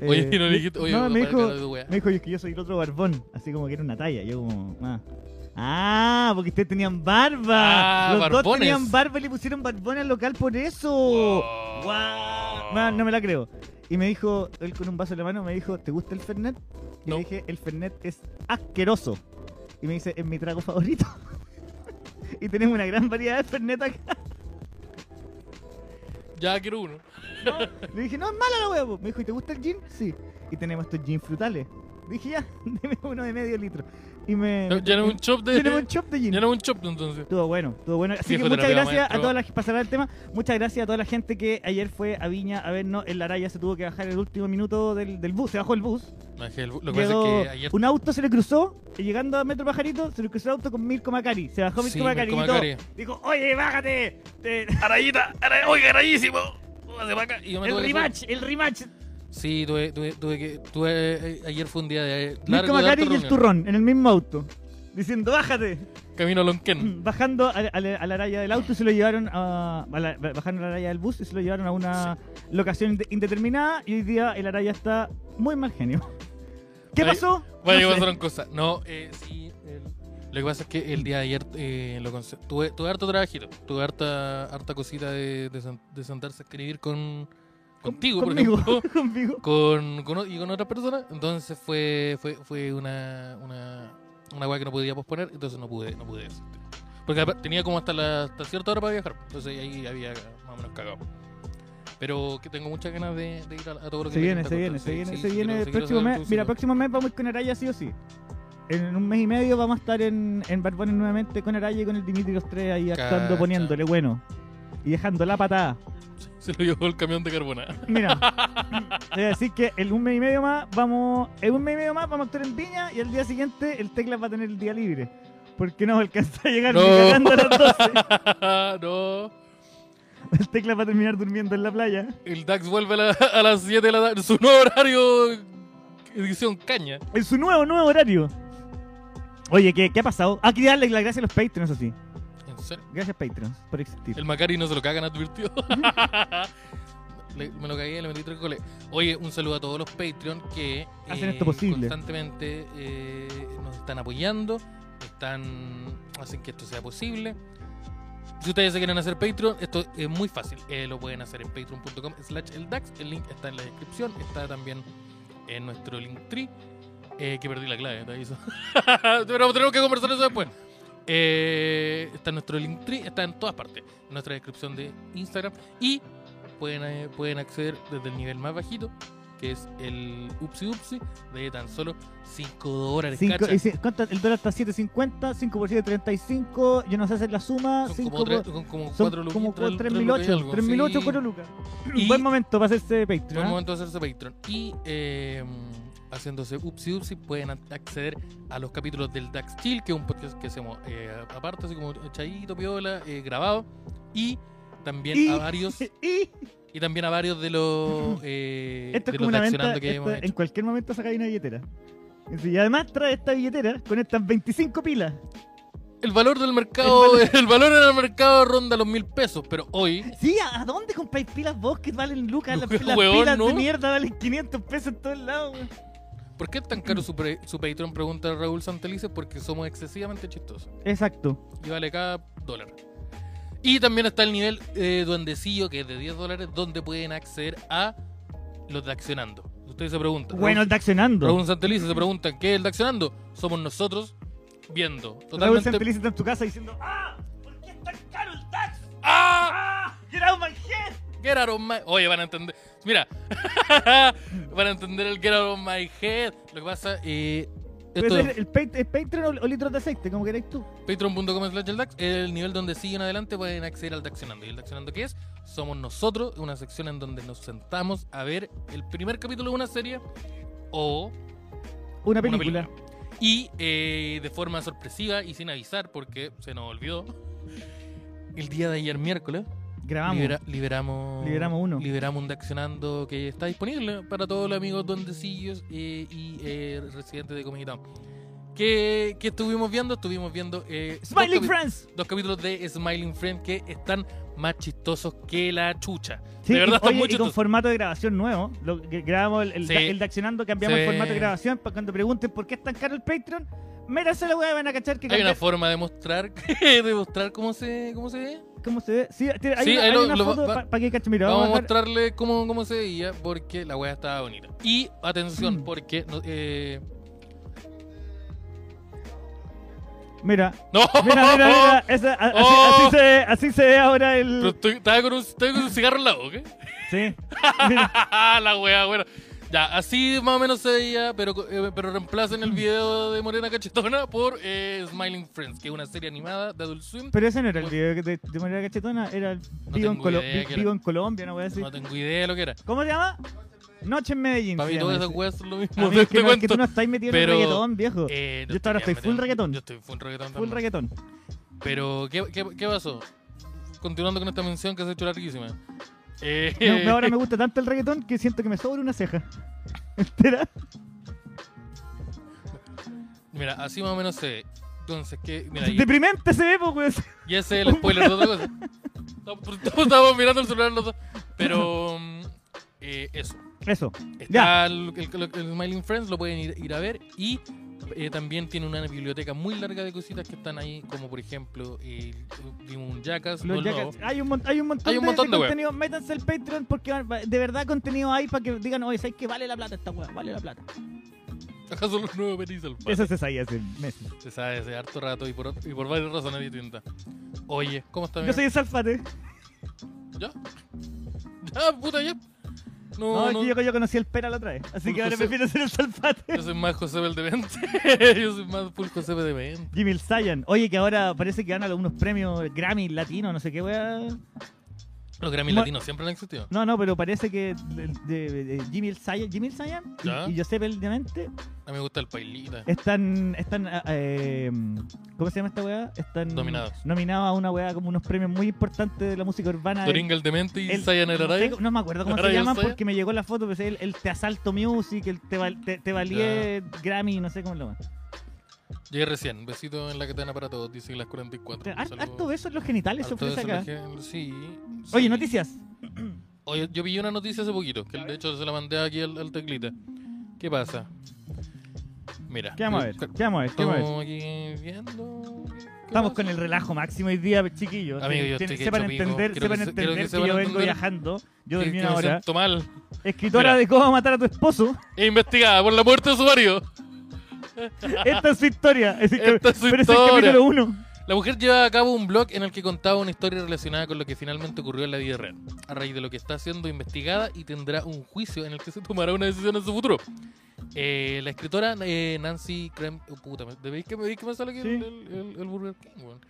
Speaker 1: Eh,
Speaker 2: Oye, y no
Speaker 1: me-
Speaker 2: le dijiste, oye,
Speaker 1: no, me
Speaker 2: para
Speaker 1: dijo,
Speaker 2: cara de wea.
Speaker 1: me dijo, es que yo soy el otro barbón. Así como que era una talla. Yo como, ah. Ah, porque ustedes tenían barba.
Speaker 2: Ah,
Speaker 1: Los dos
Speaker 2: barbones.
Speaker 1: tenían barba y le pusieron barbón al local por eso.
Speaker 2: Wow.
Speaker 1: Guau. Man, no me la creo. Y me dijo, él con un vaso en la mano, me dijo, ¿te gusta el Fernet? Y
Speaker 2: No.
Speaker 1: le dije, el Fernet es asqueroso. Y me dice, es mi trago favorito. y tenemos una gran variedad de Fernet acá.
Speaker 2: Ya quiero uno.
Speaker 1: Le dije, no, es mala la huevo. Me dijo, ¿y te gusta el gin? Sí. Y tenemos estos gin frutales. Dije, ya, deme uno de medio litro. Y me.
Speaker 2: Ya no es un chop de.
Speaker 1: Tenemos un chop de gin.
Speaker 2: Ya no es un chop entonces.
Speaker 1: Estuvo bueno, estuvo bueno. Así
Speaker 2: Viejo
Speaker 1: que muchas
Speaker 2: terapeuta,
Speaker 1: gracias a
Speaker 2: maestro.
Speaker 1: todas las que pasaron el tema. Muchas gracias a toda la gente que ayer fue a Viña a vernos. El Araya se tuvo que bajar el último minuto del, del bus, se bajó el bus.
Speaker 2: Ángel, Lo que pasa
Speaker 1: Llegó-
Speaker 2: es que ayer.
Speaker 1: Un auto se le cruzó, y llegando a Metro Pajarito, se le cruzó el auto con Mirko Macari. Se bajó Mirko
Speaker 2: Sí,
Speaker 1: Macari.
Speaker 2: Mirko
Speaker 1: gritó,
Speaker 2: Macari.
Speaker 1: Dijo, oye, bájate. te-
Speaker 2: Arayita, ara- oiga, arayísimo. Hace vaca. Y yo me
Speaker 1: el
Speaker 2: tuve que-
Speaker 1: rematch, el rematch.
Speaker 2: Sí, tuve, tuve, tuve que. Tuve, eh, ayer fue un día de.
Speaker 1: Mirko
Speaker 2: largo de
Speaker 1: Macari
Speaker 2: harta
Speaker 1: y el
Speaker 2: reunión.
Speaker 1: turrón en el mismo auto. Diciendo, bájate.
Speaker 2: Camino a Lonquén.
Speaker 1: Mm. Bajando a, a la a la raya del auto y se lo llevaron a. a la- bajando a la raya del bus y se lo llevaron a una locación inde- indeterminada. Y hoy día el araya está muy mal genio. ¿Qué
Speaker 2: Vaya-
Speaker 1: pasó?
Speaker 2: Vaya,
Speaker 1: No sé.
Speaker 2: pasaron cosas. No, eh, sí. el- Lo que pasa es que el día de ayer eh, lo conse- tuve, tuve harto trabajito, tuve harta, harta cosita de, de, sen- de sentarse a escribir con, contigo,
Speaker 1: conmigo,
Speaker 2: por ejemplo,
Speaker 1: conmigo.
Speaker 2: con, con o- y con otra persona. Entonces fue fue, fue una, una, una weá que no podía posponer, entonces no pude, no pude eso. Porque apa- tenía como hasta, la, hasta cierta hora para viajar, entonces ahí había más o menos cagado. Pero que tengo muchas ganas de, de ir a, a todo lo que
Speaker 1: Se
Speaker 2: me
Speaker 1: viene,
Speaker 2: cuentas,
Speaker 1: se viene,
Speaker 2: entonces,
Speaker 1: se
Speaker 2: sí,
Speaker 1: viene,
Speaker 2: sí,
Speaker 1: se
Speaker 2: sí,
Speaker 1: viene.
Speaker 2: quiero-
Speaker 1: El
Speaker 2: sí quiero
Speaker 1: próximo
Speaker 2: saber
Speaker 1: mes,
Speaker 2: tus-
Speaker 1: mira, próximo mes vamos con Araya sí o sí. En un mes y medio vamos a estar en, en Barbones nuevamente con Araya y con el Dimitri los tres ahí actuando,
Speaker 2: Cacha.
Speaker 1: poniéndole bueno. Y dejando la patada.
Speaker 2: Se lo llevó el camión de carbona.
Speaker 1: Mira, voy a decir que el un mes y medio más vamos, en un mes y medio más vamos a actuar en Viña y el día siguiente el Teclas va a tener el día libre. Porque no alcanza a llegar
Speaker 2: No.
Speaker 1: ni cagando a las 12.
Speaker 2: no.
Speaker 1: El Teclas va a terminar durmiendo en la playa.
Speaker 2: El DAX vuelve a, la- a las 7 de la tarde. Su nuevo horario. Edición caña.
Speaker 1: En su nuevo, nuevo horario. Oye, ¿qué, qué ha pasado? Ah, quería darle las gracias a los Patreons, así.
Speaker 2: En serio.
Speaker 1: Gracias, Patreons, por existir.
Speaker 2: El Macari no se lo cagan, advirtió. Le- me lo cagué, le metí tres goles. Oye, un saludo a todos los Patreon que eh,
Speaker 1: Hacen esto posible.
Speaker 2: constantemente eh, nos están apoyando, están hacen que esto sea posible. Si ustedes se quieren hacer Patreon, esto es muy fácil. Eh, lo pueden hacer en patreon.com slash el DAX. El link está en la descripción, está también en nuestro link tree. Eh, que perdí la clave, te aviso. Pero tenemos que conversar eso después. Eh, está en nuestro link tree, está en todas partes. En nuestra descripción de Instagram. Y pueden, eh, pueden acceder desde el nivel más bajito, que es el Upsi Upsi, de tan solo 5 dólares.
Speaker 1: Cinco-
Speaker 2: ¿cachai?
Speaker 1: y si- ¿cuánto? el dólar está a 7.50, 5 por 7, 35. Yo no sé hacer la suma.
Speaker 2: Son
Speaker 1: 5
Speaker 2: como, tres- son como cuatro lucas,
Speaker 1: como
Speaker 2: tres- tres
Speaker 1: 3.008,
Speaker 2: lucas y algo,
Speaker 1: 3.008,
Speaker 2: sí.
Speaker 1: 4 lucas.
Speaker 2: Y-
Speaker 1: Buen momento para hacerse Patreon.
Speaker 2: Buen
Speaker 1: ¿ah?
Speaker 2: momento de hacerse Patreon. Y eh, haciéndose Upsi Upsi pueden ac- acceder a los capítulos del Dax Chill, que es un podcast que hacemos eh, aparte, así como Chaito, Piola, eh, grabado. Y también
Speaker 1: Y-
Speaker 2: a varios
Speaker 1: Y
Speaker 2: y también a varios de los eh,
Speaker 1: esto
Speaker 2: de
Speaker 1: es como
Speaker 2: los
Speaker 1: una
Speaker 2: Daxionando
Speaker 1: venta.
Speaker 2: que
Speaker 1: esto-
Speaker 2: hemos hecho.
Speaker 1: en cualquier momento sacáis una billetera. Y además trae esta billetera con estas 25 pilas.
Speaker 2: El valor del mercado, el valor en el mercado ronda los mil pesos, pero hoy
Speaker 1: Sí, ¿a, a dónde compráis pilas vos que valen lucas? Las,
Speaker 2: Lucas,
Speaker 1: las
Speaker 2: weón,
Speaker 1: pilas
Speaker 2: ¿no?
Speaker 1: de mierda valen 500 pesos en todos lados. weón.
Speaker 2: ¿Por qué es tan caro su, pre- su Patreon? Pregunta Raúl Santelices, porque somos excesivamente chistosos.
Speaker 1: Exacto.
Speaker 2: Y vale cada dólar. Y también está el nivel eh, duendecillo, que es de 10 dólares, donde pueden acceder a los de Accionando. Ustedes se preguntan.
Speaker 1: Bueno, el de accionando.
Speaker 2: Raúl Santelices se preguntan, ¿qué es el de Accionando? Somos nosotros viendo.
Speaker 1: Raúl
Speaker 2: Totalmente.
Speaker 1: Santelice está en tu casa diciendo ¡Ah! ¿Por qué es tan caro el tax?
Speaker 2: ¡Ah!
Speaker 1: ¡Ah! ¡Get out my head!
Speaker 2: Get out of my... Oye, van a entender... Mira, van a entender el get out of my head. Lo que pasa... Eh,
Speaker 1: Pero
Speaker 2: esto
Speaker 1: es el, el Pat- el Patreon o, o litros de aceite, como queráis tú.
Speaker 2: patreon.com slash el DAX, el nivel donde siguen adelante pueden acceder al Daxionando. ¿Y el Daxionando qué es? Somos nosotros, una sección en donde nos sentamos a ver el primer capítulo de una serie o
Speaker 1: Una
Speaker 2: una
Speaker 1: película.
Speaker 2: película. Y eh, de forma sorpresiva y sin avisar, porque se nos olvidó, el día de ayer miércoles
Speaker 1: Grabamos.
Speaker 2: libera- liberamos,
Speaker 1: Liberamos uno.
Speaker 2: Liberamos un Daxionando que está disponible para todos los amigos duendecillos eh, y eh, residentes de Comedy Town. ¿Qué, qué estuvimos viendo? Estuvimos viendo... eh, dos
Speaker 1: Smiling
Speaker 2: capi-
Speaker 1: Friends.
Speaker 2: dos capítulos de Smiling Friend que están más chistosos que la chucha.
Speaker 1: Sí,
Speaker 2: de verdad
Speaker 1: y,
Speaker 2: están
Speaker 1: oye,
Speaker 2: muy
Speaker 1: y con
Speaker 2: chistosos.
Speaker 1: formato de grabación nuevo. Lo, que grabamos el, el,
Speaker 2: Sí.
Speaker 1: da- el de accionando, cambiamos
Speaker 2: Sí.
Speaker 1: el formato de grabación para cuando pregunten por qué es tan caro el Patreon. Mira, se la weá, van a cachar que
Speaker 2: Hay una
Speaker 1: cambiar-
Speaker 2: forma de mostrar, de mostrar cómo se, cómo se ve.
Speaker 1: ¿Cómo se ve? Sí, tiene- hay
Speaker 2: Sí,
Speaker 1: una,
Speaker 2: ahí
Speaker 1: hay
Speaker 2: lo-
Speaker 1: una
Speaker 2: lo va-
Speaker 1: foto
Speaker 2: va-
Speaker 1: para que cachen. Mira,
Speaker 2: Vamos a
Speaker 1: bajar-
Speaker 2: mostrarle cómo, cómo se veía porque la wea estaba bonita. Y atención,
Speaker 1: Mm.
Speaker 2: porque no, eh,
Speaker 1: Mira,
Speaker 2: no.
Speaker 1: mira, mira, mira. Esa, a- así,
Speaker 2: Oh.
Speaker 1: así se ve, así se ve ahora
Speaker 2: Pero
Speaker 1: el.
Speaker 2: estoy- estaba con un, estaba con un cigarro en la boca.
Speaker 1: Sí. Mira,
Speaker 2: Ah, la wea, bueno. Ya, así más o menos se veía, pero, eh, pero reemplacen el video de Morena Cachetona por eh, Smiling Friends, que es una serie animada de Adult Swim.
Speaker 1: pero ese no era el video que te- de manera cachetona, era el vivo, en,
Speaker 2: tengo
Speaker 1: Colo-
Speaker 2: idea que era.
Speaker 1: vivo en Colombia, una weá así.
Speaker 2: No tengo idea de lo que era.
Speaker 1: ¿Cómo se llama? Noche en Medellín.
Speaker 2: Para
Speaker 1: se
Speaker 2: mí
Speaker 1: llama
Speaker 2: todas esas
Speaker 1: ese.
Speaker 2: weas son lo
Speaker 1: A
Speaker 2: mismo.
Speaker 1: mí
Speaker 2: Te,
Speaker 1: es que,
Speaker 2: te
Speaker 1: no, es que
Speaker 2: cuento.
Speaker 1: tú no estás metido
Speaker 2: Pero-
Speaker 1: en el reggaetón, viejo.
Speaker 2: Eh, no
Speaker 1: Yo hasta ahora
Speaker 2: estoy
Speaker 1: estoy full
Speaker 2: metido-
Speaker 1: reggaetón.
Speaker 2: Yo estoy full reggaetón
Speaker 1: Full
Speaker 2: también.
Speaker 1: reggaetón.
Speaker 2: Pero, ¿qué, qué, qué pasó? Continuando con esta mención que se ha hecho larguísima. Eh,
Speaker 1: Me- me- ahora me gusta tanto el reggaetón que siento que me sobra una ceja. ¿Entera?
Speaker 2: Mira, así más o menos se ve. Entonces, ¿qué? Mira, y,
Speaker 1: Deprimente se ve, pues, weón.
Speaker 2: y ese es el spoiler de otra cosa. Estamos- Todos estábamos mirando el celular los dos. Pero, mm, eh, eso.
Speaker 1: Eso.
Speaker 2: Está el, el- el- el Smiling Friends, lo pueden ir, ir a ver. Y eh, también tiene una biblioteca muy larga de cositas que están ahí, como por ejemplo, el, vimos un Jackass.
Speaker 1: Los
Speaker 2: no el
Speaker 1: Jackass.
Speaker 2: nuevo.
Speaker 1: hay, un mon- hay un montón,
Speaker 2: Hay un
Speaker 1: de-
Speaker 2: montón
Speaker 1: de,
Speaker 2: de weas.
Speaker 1: contenido. Métanse al Patreon porque va- va- de verdad contenido hay para que digan, oye, ¿sabes que vale la plata esta weá? Vale la plata.
Speaker 2: ¿Acaso los nuevos Benny Salvat?
Speaker 1: Eso se sabía hace meses.
Speaker 2: Se sabe desde harto rato y por, y por varias razones distintas. Oye, ¿cómo está mi
Speaker 1: Yo soy el Salfate.
Speaker 2: ¿Ya? ¿Ya, puta, ya? No,
Speaker 1: No,
Speaker 2: no.
Speaker 1: Yo, yo conocí el Pera la otra vez. Así
Speaker 2: Full
Speaker 1: que ahora
Speaker 2: José.
Speaker 1: prefiero ser el Salfate.
Speaker 2: Yo soy más José Beldemente. Yo soy más full José Beldemente.
Speaker 1: Jimmy el Saiyan. Oye, que ahora parece que gana unos premios Grammy latinos, no sé qué weá.
Speaker 2: Los Grammy
Speaker 1: Ma-
Speaker 2: latinos siempre han existido.
Speaker 1: No, no, pero parece que de- de- de Jimmy el Saiyan, Jimmy el Saiyan y-
Speaker 2: Ya.
Speaker 1: y Josep el Diamante
Speaker 2: A mí me gusta el pailita.
Speaker 1: están, están ah, eh, ¿cómo se llama esta weá? Están
Speaker 2: Nominados.
Speaker 1: nominados a una weá como unos premios muy importantes de la música urbana.
Speaker 2: Doringa el Demente y
Speaker 1: El-
Speaker 2: Sayan el
Speaker 1: no, sé,
Speaker 2: Araya.
Speaker 1: no me acuerdo cómo se
Speaker 2: Araya
Speaker 1: llaman
Speaker 2: Saya.
Speaker 1: porque me llegó la foto, pero es el, el Te Asalto Music, el Te, val- te, Te Valié Grammy, no sé cómo lo llaman.
Speaker 2: Llegué recién. Besito en la catena para todos, dice las 44.
Speaker 1: Har-
Speaker 2: Saludos.
Speaker 1: Harto beso en los genitales se
Speaker 2: Harto
Speaker 1: ofrece
Speaker 2: beso en la
Speaker 1: acá.
Speaker 2: gen- Sí, sí.
Speaker 1: Oye, noticias.
Speaker 2: Oye, yo vi una noticia hace poquito, que de hecho se la mandé aquí al, al teclita. ¿Qué pasa? Mira.
Speaker 1: ¿Qué vamos a ver? ¿Qué vamos a ver? ¿Qué vamos a ver?
Speaker 2: Estamos aquí viendo. ¿qué
Speaker 1: Estamos
Speaker 2: pasa?
Speaker 1: con el relajo máximo hoy día, chiquillos.
Speaker 2: Amigo, yo
Speaker 1: Tienen-
Speaker 2: estoy que
Speaker 1: sepan
Speaker 2: hecho pico.
Speaker 1: entender,
Speaker 2: Quiero que
Speaker 1: sepan
Speaker 2: se- quiero que
Speaker 1: entender que,
Speaker 2: sepan
Speaker 1: yo vengo
Speaker 2: entender
Speaker 1: viajando. Yo
Speaker 2: Que-
Speaker 1: dormí
Speaker 2: que
Speaker 1: una
Speaker 2: me
Speaker 1: hora.
Speaker 2: siento mal.
Speaker 1: Escritora
Speaker 2: Mira.
Speaker 1: de cómo matar a tu esposo.
Speaker 2: E investigada por la muerte de su marido.
Speaker 1: Esta es su historia. Es decir,
Speaker 2: Esta es su
Speaker 1: pero es el
Speaker 2: historia.
Speaker 1: capítulo 1.
Speaker 2: La mujer lleva a cabo un blog en el que contaba una historia relacionada con lo que finalmente ocurrió en la vida real, a raíz de lo que está siendo investigada y tendrá un juicio en el que se tomará una decisión en su futuro. Eh, la escritora eh, Nancy Krem... oh, puta, ¿me- ¿veis que, veis que me sale aquí el,
Speaker 1: Sí.
Speaker 2: el- el- el Burger King? weón?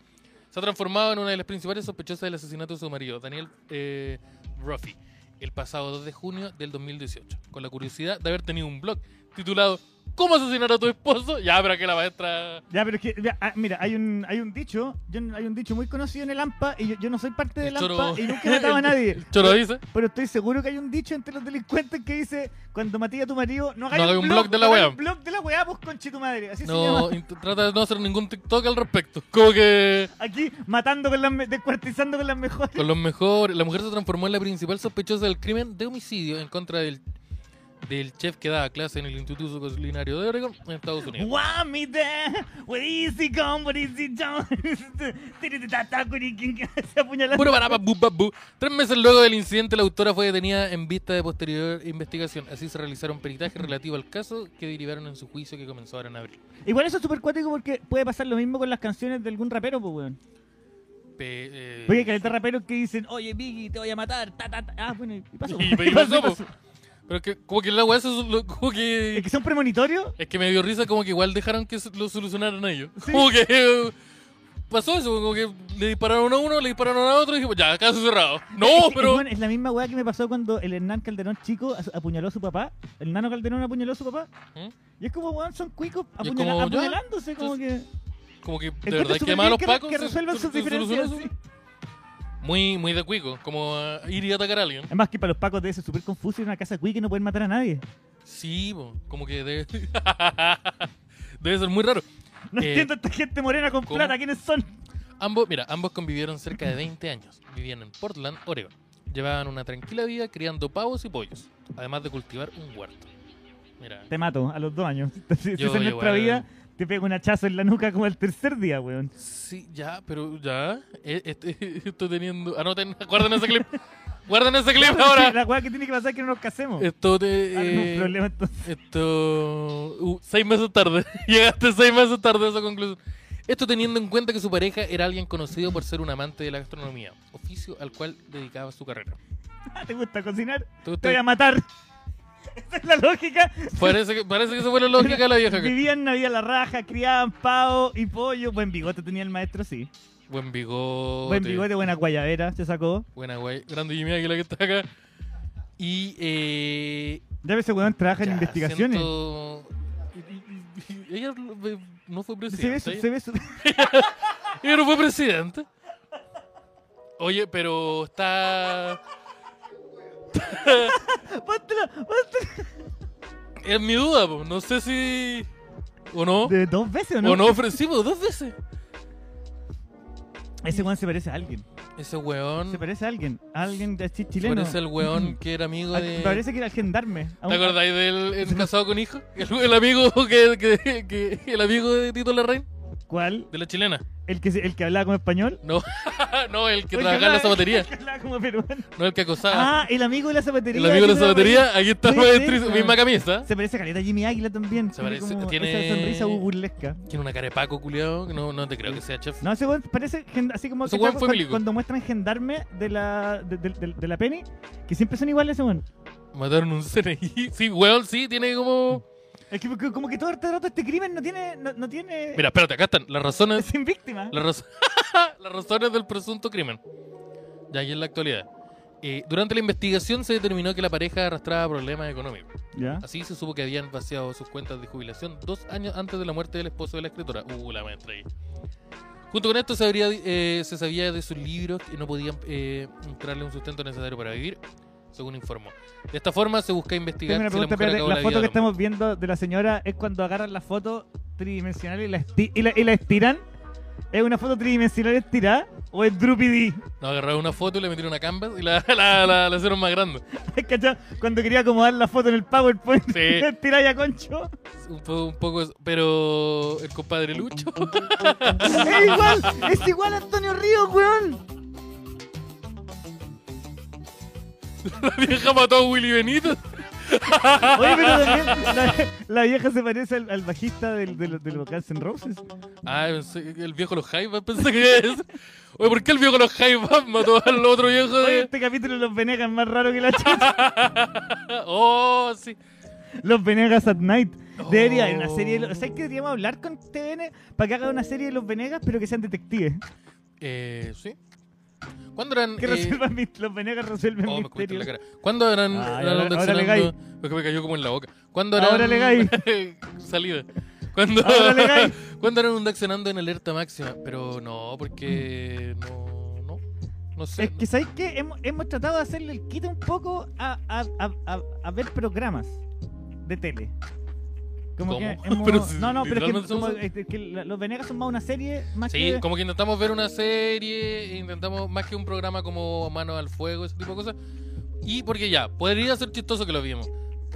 Speaker 2: Se ha transformado en una de las principales sospechosas del asesinato de su marido, Daniel eh, Ruffy, el pasado 2 de junio del 2018, con la curiosidad de haber tenido un blog titulado ¿Cómo asesinar a tu esposo? Ya, pero que la maestra...
Speaker 1: Ya, pero es que, ya, ah, mira, hay un, hay un dicho, yo no- hay un dicho muy conocido en el AMPA, y yo, yo no soy parte del
Speaker 2: El choro-
Speaker 1: AMPA y nunca he matado a nadie.
Speaker 2: Choro dice...
Speaker 1: Pero estoy seguro que hay un dicho entre los delincuentes que dice, cuando maté a tu marido, no hagas
Speaker 2: No hagas un blog de la
Speaker 1: no hagas
Speaker 2: wea.
Speaker 1: un blog de la weá, pues conche tu madre. Así se llama.
Speaker 2: No, int- trata de no hacer ningún TikTok al respecto. Como que
Speaker 1: Aquí, matando con las, me- descuartizando con las mejores.
Speaker 2: con los mejores. La mujer se transformó en la principal sospechosa del crimen de homicidio en contra del del chef que daba clase en el Instituto Culinario de Oregon en Estados Unidos.
Speaker 1: Wow, me there, what is it gone, what is it done? Se apuñaló.
Speaker 2: Puro barapa, bu, ba, bu. Tres meses luego del incidente, la autora fue detenida en vista de posterior investigación. Así se realizaron peritajes relativos al caso que derivaron en su juicio que comenzó ahora en abril.
Speaker 1: Igual eso es súper cuático porque puede pasar lo mismo con las canciones de algún rapero, pues, weón.
Speaker 2: Pe- eh,
Speaker 1: Oye, que hay raperos que dicen, oye, Biggie, te voy a matar, ta, ta, ta. Ah, bueno, y pasó.
Speaker 2: Y- y pasó, pues. po. Pero es que, como que la weá, se sol- como
Speaker 1: Es
Speaker 2: que.
Speaker 1: que son premonitorios.
Speaker 2: Es que me dio risa, como que igual dejaron que se- lo solucionaran ellos.
Speaker 1: Sí.
Speaker 2: Como que. eh, Pasó eso, como que le dispararon a uno, le dispararon a otro y dijimos, ya, caso cerrado.
Speaker 1: Es
Speaker 2: No,
Speaker 1: que,
Speaker 2: Oh, pero.
Speaker 1: bueno, es la misma weá que me pasó cuando el Hernán Calderón chico as- apuñaló a su papá. El Nano Calderón apuñaló a su papá.
Speaker 2: ¿Mm?
Speaker 1: Y es como, weón, son cuicos
Speaker 2: Y es
Speaker 1: apuñala-
Speaker 2: como, ya,
Speaker 1: apuñalándose, como que.
Speaker 2: Como que de
Speaker 1: Encuentro
Speaker 2: verdad que
Speaker 1: súper
Speaker 2: malos
Speaker 1: bien re-
Speaker 2: pacos.
Speaker 1: Que
Speaker 2: se-
Speaker 1: resuelvan
Speaker 2: se-
Speaker 1: sus
Speaker 2: se
Speaker 1: diferencias.
Speaker 2: solucionó eso.
Speaker 1: sí.
Speaker 2: Muy, muy de cuico, como ah, ir y atacar a alguien.
Speaker 1: Además, que para los pacos de ese súper confuso ir a una casa cuica y no pueden matar a nadie.
Speaker 2: Sí, po, como que debe... debe ser muy raro.
Speaker 1: No
Speaker 2: Eh,
Speaker 1: entiendo a esta gente morena con
Speaker 2: ¿cómo?
Speaker 1: plata, ¿quiénes son?
Speaker 2: Ambos, mira, ambos convivieron cerca de 20 años. Vivían en Portland, Oregon. Llevaban una tranquila vida criando pavos y pollos, además de cultivar un huerto. Mira,
Speaker 1: Te mato a los dos años. Si si
Speaker 2: Yo
Speaker 1: esa es nuestra
Speaker 2: igual.
Speaker 1: vida, te pego un hachazo en la nuca como el tercer día, weón.
Speaker 2: sí, ya, pero ya. eh, este- estoy teniendo. Anoten, guarden ese clip. Guarden ese clip
Speaker 1: Sí,
Speaker 2: ahora.
Speaker 1: La weá que tiene que pasar es que no nos casemos.
Speaker 2: Esto te.
Speaker 1: Ah, no,
Speaker 2: eh,
Speaker 1: un problema entonces.
Speaker 2: Esto. uh, seis meses tarde. Llegaste seis meses tarde a esa conclusión. Esto teniendo en cuenta que su pareja era alguien conocido por ser un amante de la gastronomía, oficio al cual dedicaba su carrera.
Speaker 1: Ah, ¿Te gusta cocinar?
Speaker 2: ¿Te gusta?
Speaker 1: Te voy a matar. Esa es la lógica.
Speaker 2: Parece que, parece que se fue la lógica de la vieja. acá.
Speaker 1: Vivían Navidad la raja, criaban pavo y pollo. Buen bigote tenía el maestro, sí.
Speaker 2: Buen bigote.
Speaker 1: Buen bigote, buena guayabera, se sacó.
Speaker 2: Buena guay. Grande Jimmy Águila que está acá. Y. Eh,
Speaker 1: Ya ves, ese weón trabaja en
Speaker 2: ya,
Speaker 1: investigaciones.
Speaker 2: siento- y- y- y- Ella no
Speaker 1: Se
Speaker 2: fue
Speaker 1: ve,
Speaker 2: presidenta.
Speaker 1: su-
Speaker 2: ella-
Speaker 1: se ve su-
Speaker 2: Ella no fue presidente. Oye, pero está.
Speaker 1: Póntela, póntela.
Speaker 2: Es mi duda, po. no sé si. ¿O no?
Speaker 1: De dos veces, ¿o no?
Speaker 2: ¿O no ofrecimos dos veces?
Speaker 1: Ese weón se parece a alguien.
Speaker 2: Ese weón.
Speaker 1: Se parece a alguien. A alguien de chi- chileno.
Speaker 2: Mm. Parece el weón que era amigo
Speaker 1: Al-
Speaker 2: de.
Speaker 1: Ah, Parece que era el gendarme. A
Speaker 2: ¿Te
Speaker 1: un-
Speaker 2: acordáis del el casado con hijo? El, el amigo que, que- que- El amigo de Tito Larraín,
Speaker 1: ¿Cuál?
Speaker 2: de la chilena.
Speaker 1: ¿El que, se- el que hablaba como español?
Speaker 2: No, no, el que
Speaker 1: ¿O el
Speaker 2: trabajaba en la
Speaker 1: hablaba-
Speaker 2: zapatería.
Speaker 1: el que hablaba como peruano.
Speaker 2: No el que acosaba.
Speaker 1: Ah, el amigo de la zapatería.
Speaker 2: el amigo de la
Speaker 1: Ese era
Speaker 2: zapatería, aquí está
Speaker 1: Puede ser,
Speaker 2: Maestriz,
Speaker 1: weón.
Speaker 2: misma camisa.
Speaker 1: bueno. Se parece a Caleta Jimmy Águila también.
Speaker 2: Se parece-
Speaker 1: como
Speaker 2: tiene-
Speaker 1: Esa sonrisa burlesca.
Speaker 2: Tiene una cara de Paco culiado, que no, no te creo que sea chef.
Speaker 1: No, ese weón parece gen- así como
Speaker 2: Ese
Speaker 1: que
Speaker 2: weón
Speaker 1: cuando,
Speaker 2: fue milico.
Speaker 1: cuando muestran gendarme de la, de, de- de- de la Penny, que siempre son iguales ese weón.
Speaker 2: Mataron un CNI. Sí, weón, sí, tiene como.
Speaker 1: Es que porque como que todo este rato este crimen no tiene. No, no tiene
Speaker 2: Mira, espérate, acá están. Las razones.
Speaker 1: es sin víctima.
Speaker 2: Las razo- las razones del presunto crimen. Ya aquí en la actualidad. Eh, durante la investigación se determinó que la pareja arrastraba problemas económicos.
Speaker 1: Ya.
Speaker 2: Así se supo que habían vaciado sus cuentas de jubilación dos años antes de la muerte del esposo de la escritora. Uh, la maestra ahí. Junto con esto se, habría, eh, se sabía de sus libros que no podían eh, entrarle un sustento necesario para vivir, según informó. De esta forma se busca investigar
Speaker 1: Tengo una
Speaker 2: si
Speaker 1: pregunta,
Speaker 2: la mujer
Speaker 1: espérate,
Speaker 2: acabó
Speaker 1: la,
Speaker 2: la
Speaker 1: foto que
Speaker 2: vida del hombre.
Speaker 1: estamos viendo de la señora es cuando agarran la foto tridimensional y la, esti- y la, y la estiran. ¿Es una foto tridimensional estirada o es Droopy D?
Speaker 2: No, agarraron una foto y le metieron una canvas y la, la, la- la hicieron más grande.
Speaker 1: ¿Cachai? Cuando quería acomodar la foto en el PowerPoint,
Speaker 2: Sí.
Speaker 1: estirar ya concho.
Speaker 2: Un poco, un poco eso. Pero el compadre Lucho.
Speaker 1: ¡Es igual! ¡Es igual a Antonio Ríos, weón!
Speaker 2: La vieja mató a Willy Benito.
Speaker 1: Oye, pero también la, la vieja se parece al, al bajista del, del, del Guns N' Roses.
Speaker 2: Ah, pensé que el viejo de los Jaivas, pensé que era eso. Oye, ¿por qué el viejo de los Jaivas mató al otro viejo
Speaker 1: Oye,
Speaker 2: de.?
Speaker 1: este capítulo de Los Venegas es más raro que la chucha.
Speaker 2: Oh, sí.
Speaker 1: Los Venegas at Night. Debería haber
Speaker 2: Oh.
Speaker 1: una serie de... Los... ¿Sabes qué deberíamos hablar con TVN para que haga una serie de Los Venegas pero que sean detectives?
Speaker 2: Eh, sí. ¿Cuándo eran.?
Speaker 1: Que
Speaker 2: eh,
Speaker 1: resuelvan mis- Los Venegas resuelven
Speaker 2: oh, me comiste
Speaker 1: misterios.
Speaker 2: la cara. ¿Cuándo eran.
Speaker 1: Ay,
Speaker 2: eran
Speaker 1: Ah, ahora-
Speaker 2: los de
Speaker 1: ahora le
Speaker 2: Xenando? Porque me cayó como en la boca. ¿Cuándo eran.
Speaker 1: Ahora le gai.
Speaker 2: Salida. ¿Cuándo,
Speaker 1: Ahora Ah, le gai.
Speaker 2: ¿Cuándo eran un Daxenando en alerta máxima? Pero no, porque. No. No, no sé.
Speaker 1: Es que, ¿sabéis qué? Hemos, hemos tratado de hacerle el quite un poco a, a- a- a- a ver programas de tele. Como
Speaker 2: ¿Cómo?
Speaker 1: que hemos-
Speaker 2: Pero si
Speaker 1: no, no, pero es que,
Speaker 2: literalmente somos-
Speaker 1: como- es que la- los Venegas son más una serie más
Speaker 2: Sí,
Speaker 1: que...
Speaker 2: como que intentamos ver una serie, intentamos más que un programa como Manos al Fuego, ese tipo de cosas. Y porque ya, podría ser chistoso que lo vimos.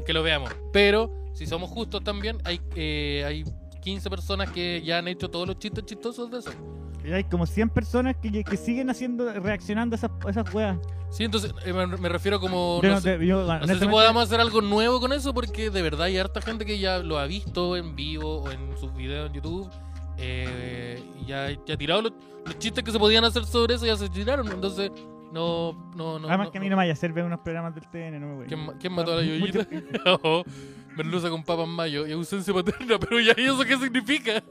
Speaker 2: que lo veamos. Pero si somos justos también, hay, eh, hay 15 personas que ya han hecho todos los chistes chistosos de eso.
Speaker 1: Y hay como 100 personas que, que siguen haciendo, reaccionando a esas, a esas weas.
Speaker 2: Sí, entonces eh, me, me refiero como...
Speaker 1: Yo
Speaker 2: Oh, no
Speaker 1: no
Speaker 2: sé-
Speaker 1: te- yo,
Speaker 2: No sé si
Speaker 1: Ah, honestamente,
Speaker 2: podamos hacer algo nuevo con eso, porque de verdad hay harta gente que ya lo ha visto en vivo o en sus videos en YouTube. eh, y ya, ya ha tirado los, los chistes que se podían hacer sobre eso, ya se tiraron. Entonces, no. no, no
Speaker 1: Además que a mí no me vaya a hacer ver unos programas del TN, no me voy.
Speaker 2: ¿Quién, ma- quién mató a la
Speaker 1: Mucho-
Speaker 2: Yoyita? No, merluza con papas mayo y ausencia paterna, pero ya ¿y eso qué significa?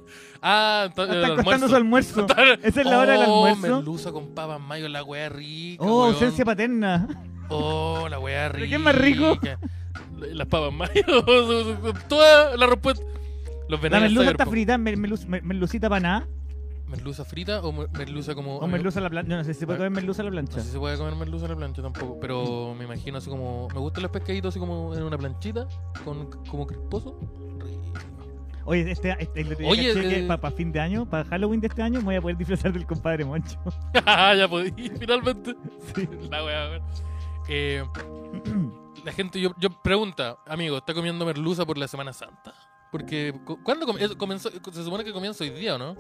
Speaker 2: Ah, está- el
Speaker 1: Están costando su
Speaker 2: almuerzo.
Speaker 1: almuerzo. Esa es la hora del
Speaker 2: Oh,
Speaker 1: almuerzo.
Speaker 2: merluza con papas mayo, la wea rica.
Speaker 1: Oh,
Speaker 2: weón.
Speaker 1: ausencia paterna.
Speaker 2: Oh, la weá rica.
Speaker 1: ¿Pero qué es más rico?
Speaker 2: Las papas mayo. Toda la respuesta. Los
Speaker 1: La
Speaker 2: venados.
Speaker 1: merluza está frita, mer- merluz- mer- merlucita para nada.
Speaker 2: ¿Merluza frita o mer- merluza como.?
Speaker 1: O merluza a la plancha. Yo no sé si se puede
Speaker 2: Oh, Ah.
Speaker 1: comer merluza a la
Speaker 2: No
Speaker 1: plancha.
Speaker 2: sé si se puede comer merluza en la plancha tampoco, pero me imagino así como. Me gustan los pescaditos así como en una planchita, con como crisposo. Rico.
Speaker 1: Oye, este, este, el otro día
Speaker 2: Oye,
Speaker 1: caché que
Speaker 2: eh,
Speaker 1: para fin de año, para Halloween de este año, me voy a poder disfrazar del compadre Moncho.
Speaker 2: Ah, ya podí, finalmente.
Speaker 1: Sí.
Speaker 2: La weá, weón. Eh, la gente yo, yo pregunta, amigo, ¿está comiendo merluza por la Semana Santa? Porque cu- ¿cuándo com- eh, comenzó? Se supone que comienza hoy día, ¿o no?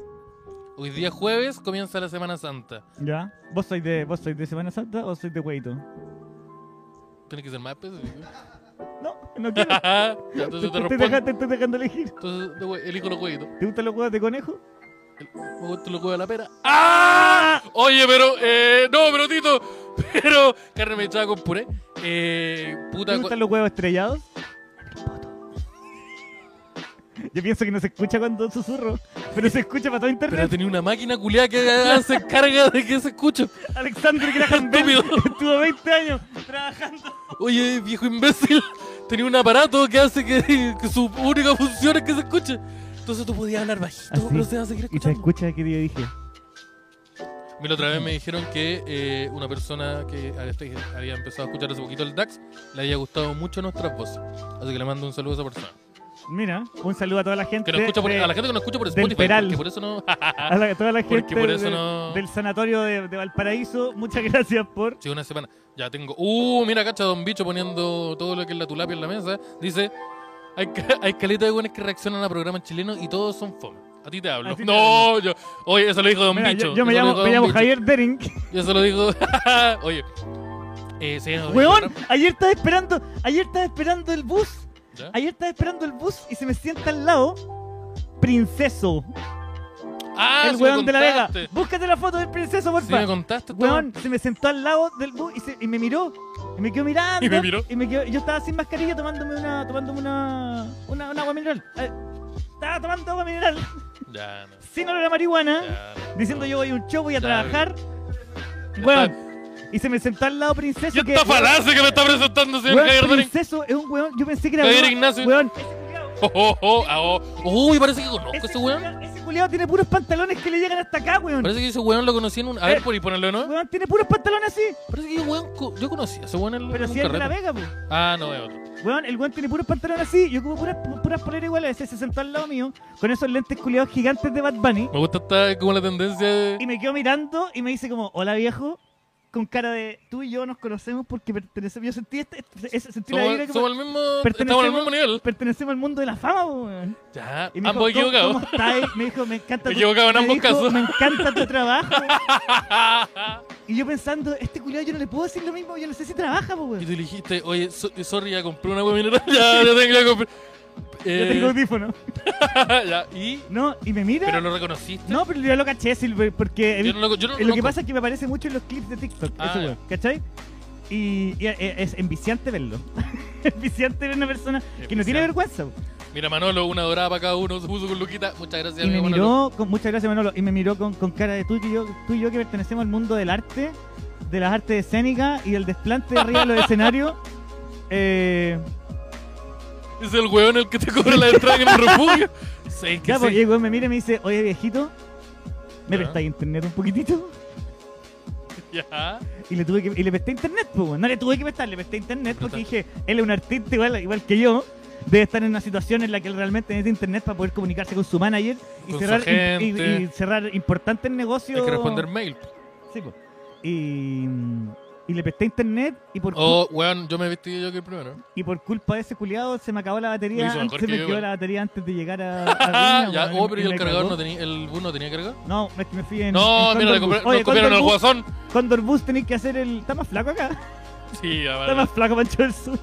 Speaker 2: Hoy día jueves comienza la Semana Santa.
Speaker 1: ¿Ya? ¿Vos sois de, vos sois de Semana Santa o sois de Hueito?
Speaker 2: Tiene que ser más específico.
Speaker 1: No, no quiero.
Speaker 2: Ya,
Speaker 1: te,
Speaker 2: entonces te
Speaker 1: estoy
Speaker 2: respondo.
Speaker 1: dejando, te estoy dejando elegir.
Speaker 2: Entonces te hue- elijo los huevitos.
Speaker 1: ¿Te gustan los huevos de conejo?
Speaker 2: Me gustan los huevos de la pera. ¡Ah! Oye, pero eh, no, pero Tito, pero carne mechada con puré. Eh,
Speaker 1: ¿Te
Speaker 2: puta, cu-
Speaker 1: gustan los huevos estrellados? Yo pienso que no se escucha cuando susurro, pero se escucha para todo
Speaker 2: pero
Speaker 1: internet.
Speaker 2: tenía una máquina culiada que hace carga de que se escucha.
Speaker 1: Alexander Graham Bell
Speaker 2: Estúpido.
Speaker 1: estuvo 20 años trabajando.
Speaker 2: Oye, viejo imbécil, tenía un aparato que hace que, que su única función es que se escuche. Entonces tú podías hablar bajito,
Speaker 1: Así.
Speaker 2: pero se va a seguir
Speaker 1: ¿Ah, Y se
Speaker 2: escuchando.
Speaker 1: escucha que yo dije.
Speaker 2: Mira, otra vez me dijeron que eh, una persona que a este- había empezado a escuchar hace poquito el DAX le había gustado mucho nuestras voces. Así que le mando un saludo a esa persona.
Speaker 1: Mira, un saludo a toda la gente.
Speaker 2: Que no escucha por-
Speaker 1: de-
Speaker 2: a la gente que no escucha por
Speaker 1: del
Speaker 2: Spotify,
Speaker 1: Peral.
Speaker 2: porque por eso no.
Speaker 1: a la- toda la
Speaker 2: Porque
Speaker 1: gente
Speaker 2: por eso
Speaker 1: de-
Speaker 2: no-
Speaker 1: del sanatorio de, de Valparaíso. Muchas gracias por.
Speaker 2: Sí, una semana. Ya tengo. Uh, mira, cacha, Don Bicho poniendo todo lo que es la tulapia en la mesa. Dice: Hay, ca- hay caleta de buenos que reaccionan a programas chilenos y todos son fome. A ti te hablo.
Speaker 1: A ti te
Speaker 2: no, yo. Oye, eso lo dijo Don
Speaker 1: Mira,
Speaker 2: Bicho.
Speaker 1: yo, yo me
Speaker 2: Eso lo
Speaker 1: llamo, me
Speaker 2: dijo Don
Speaker 1: llamo
Speaker 2: Bicho.
Speaker 1: Javier Dering.
Speaker 2: Yo se lo digo. Oye. Eh, sí, no,
Speaker 1: Weón, ayer estaba esperando, ayer estaba esperando el bus.
Speaker 2: ¿Ya?
Speaker 1: Ayer estaba esperando el bus y se me sienta al lado. Princeso,
Speaker 2: Ah,
Speaker 1: el
Speaker 2: sí
Speaker 1: weón de
Speaker 2: me
Speaker 1: la Vega.
Speaker 2: contaste.
Speaker 1: Búscate la foto del princeso,
Speaker 2: Sí, me
Speaker 1: porfa.
Speaker 2: contaste. todo.
Speaker 1: weón, se me sentó al lado del bus y, se- y me miró. Y me quedó mirando.
Speaker 2: Y me miró.
Speaker 1: y me quedó- yo estaba sin mascarilla tomándome una. tomándome una. una, una agua mineral. Eh, estaba tomando agua mineral
Speaker 2: Ya, no.
Speaker 1: sin olor a marihuana.
Speaker 2: Ya, no.
Speaker 1: diciendo yo voy a un show, voy a
Speaker 2: Ya,
Speaker 1: trabajar.
Speaker 2: Ya
Speaker 1: Weón. Y se me sentó al lado Princeso.
Speaker 2: Y
Speaker 1: que,
Speaker 2: esta falacia que me está presentando, señor
Speaker 1: weón,
Speaker 2: Javier Dorin.
Speaker 1: Princeso es un weón. Yo pensé que era
Speaker 2: Javier
Speaker 1: weón,
Speaker 2: Ignacio.
Speaker 1: weón.
Speaker 2: Oh, oh, oh, ah, oh. Uy, parece que conozco a ese weón.
Speaker 1: culiao- Ese culiao tiene puros pantalones que le llegan hasta acá, weón.
Speaker 2: Parece que ese weón lo conocí en un. A
Speaker 1: Eh.
Speaker 2: ver, por y ponerlo, ¿no?
Speaker 1: Weón tiene puros pantalones así.
Speaker 2: Parece que ese weón. co- Yo conocí a ese weón en,
Speaker 1: Pero
Speaker 2: en un
Speaker 1: si es de la
Speaker 2: carrete.
Speaker 1: Vega, pues.
Speaker 2: Ah, no, es otro.
Speaker 1: Weón, el weón tiene puros pantalones así. Yo como puras, puras poleras iguales. Ese se sentó al lado mío con esos lentes culiados gigantes de Bad Bunny.
Speaker 2: Me gusta esta como la tendencia de.
Speaker 1: Y me quedo mirando y me dice como, hola viejo. Con cara de tú y yo nos conocemos porque pertenecemos. Yo sentí, este, ese- sentí la
Speaker 2: Somos,
Speaker 1: vibra que
Speaker 2: somos al mismo. Estamos
Speaker 1: pertenecemos-
Speaker 2: al mismo nivel.
Speaker 1: pertenecemos al mundo de la fama, po, weón.
Speaker 2: Ya,
Speaker 1: Y me
Speaker 2: ambos
Speaker 1: dijo, "¿Cómo-
Speaker 2: equivocados.
Speaker 1: ¿Cómo estáis? Me dijo, me encanta tu
Speaker 2: Equivocado en
Speaker 1: me
Speaker 2: ambos
Speaker 1: dijo,
Speaker 2: casos.
Speaker 1: Me encanta tu trabajo. y yo pensando, este culiado yo no le puedo decir lo mismo, yo no sé si trabaja, po,
Speaker 2: Y
Speaker 1: weón.
Speaker 2: tú le dijiste, oye, so- eh, sorry, ya compré una weón mineral. Ya, ya tengo, ya compré.
Speaker 1: Yo tengo
Speaker 2: Eh,
Speaker 1: audífono.
Speaker 2: ya, y.
Speaker 1: No, y me mira.
Speaker 2: Pero lo reconociste.
Speaker 1: no, pero yo lo caché, Silver, porque he
Speaker 2: Yo no lo, yo no
Speaker 1: Eh, lo que
Speaker 2: conozco.
Speaker 1: pasa es que me aparece mucho en los clips de TikTok,
Speaker 2: Ah,
Speaker 1: ese
Speaker 2: ya.
Speaker 1: weón, ¿cachai? Y, y, eh, es enviciante verlo. es enviciante ver una persona que no tiene
Speaker 2: Enviciante.
Speaker 1: vergüenza. po.
Speaker 2: Mira, Manolo, una dorada para cada uno. Se puso con Luquita. Muchas gracias,
Speaker 1: y me
Speaker 2: amigo Manolo.
Speaker 1: miró, con, muchas gracias Manolo, y me miró con, con cara de tú y, yo, tú y yo que pertenecemos al mundo del arte, de las artes escénicas y el desplante de arriba de los escenarios. Eh,
Speaker 2: Es el weón el que te cobra la entrada en el refugio. Sí, que
Speaker 1: ya, pues,
Speaker 2: sí.
Speaker 1: y el weón me mira y me dice, oye viejito, ¿me
Speaker 2: Ya.
Speaker 1: prestáis internet un poquitito?
Speaker 2: Ya.
Speaker 1: Y le tuve que, y le presté internet, pues, weón. no le tuve que prestar, le presté internet porque
Speaker 2: Prestaste.
Speaker 1: dije, él es un artista igual, igual que yo, debe estar en una situación en la que él realmente necesita internet para poder comunicarse con su manager y
Speaker 2: Con su
Speaker 1: cerrar y, y-
Speaker 2: agente.
Speaker 1: y cerrar importantes negocios.
Speaker 2: Hay que responder mail.
Speaker 1: Sí, po. Y, y Y le presté internet y por,
Speaker 2: Oh, weón, yo me vestí yo que el primero.
Speaker 1: cul- y por culpa de ese culiado se me acabó la
Speaker 2: Lo
Speaker 1: batería.
Speaker 2: hizo
Speaker 1: antes-
Speaker 2: mejor
Speaker 1: se
Speaker 2: que
Speaker 1: me
Speaker 2: yo,
Speaker 1: quedó
Speaker 2: weón.
Speaker 1: la batería antes de llegar a. a
Speaker 2: Ah,
Speaker 1: Viña,
Speaker 2: ya.
Speaker 1: weón,
Speaker 2: Oh, pero
Speaker 1: y
Speaker 2: yo
Speaker 1: me
Speaker 2: el cargador no
Speaker 1: cagó.
Speaker 2: tenía. ¿El bus no tenía carga?
Speaker 1: No, es que me fui en.
Speaker 2: No,
Speaker 1: en
Speaker 2: mira, le
Speaker 1: Condor
Speaker 2: compré-
Speaker 1: Bus. Oye,
Speaker 2: nos comieron el
Speaker 1: Condor Bus-
Speaker 2: guasón.
Speaker 1: Condor Bus tenéis que hacer el. Está más flaco acá.
Speaker 2: Sí, ya,
Speaker 1: Está
Speaker 2: vale.
Speaker 1: más flaco, Pancho del Sur.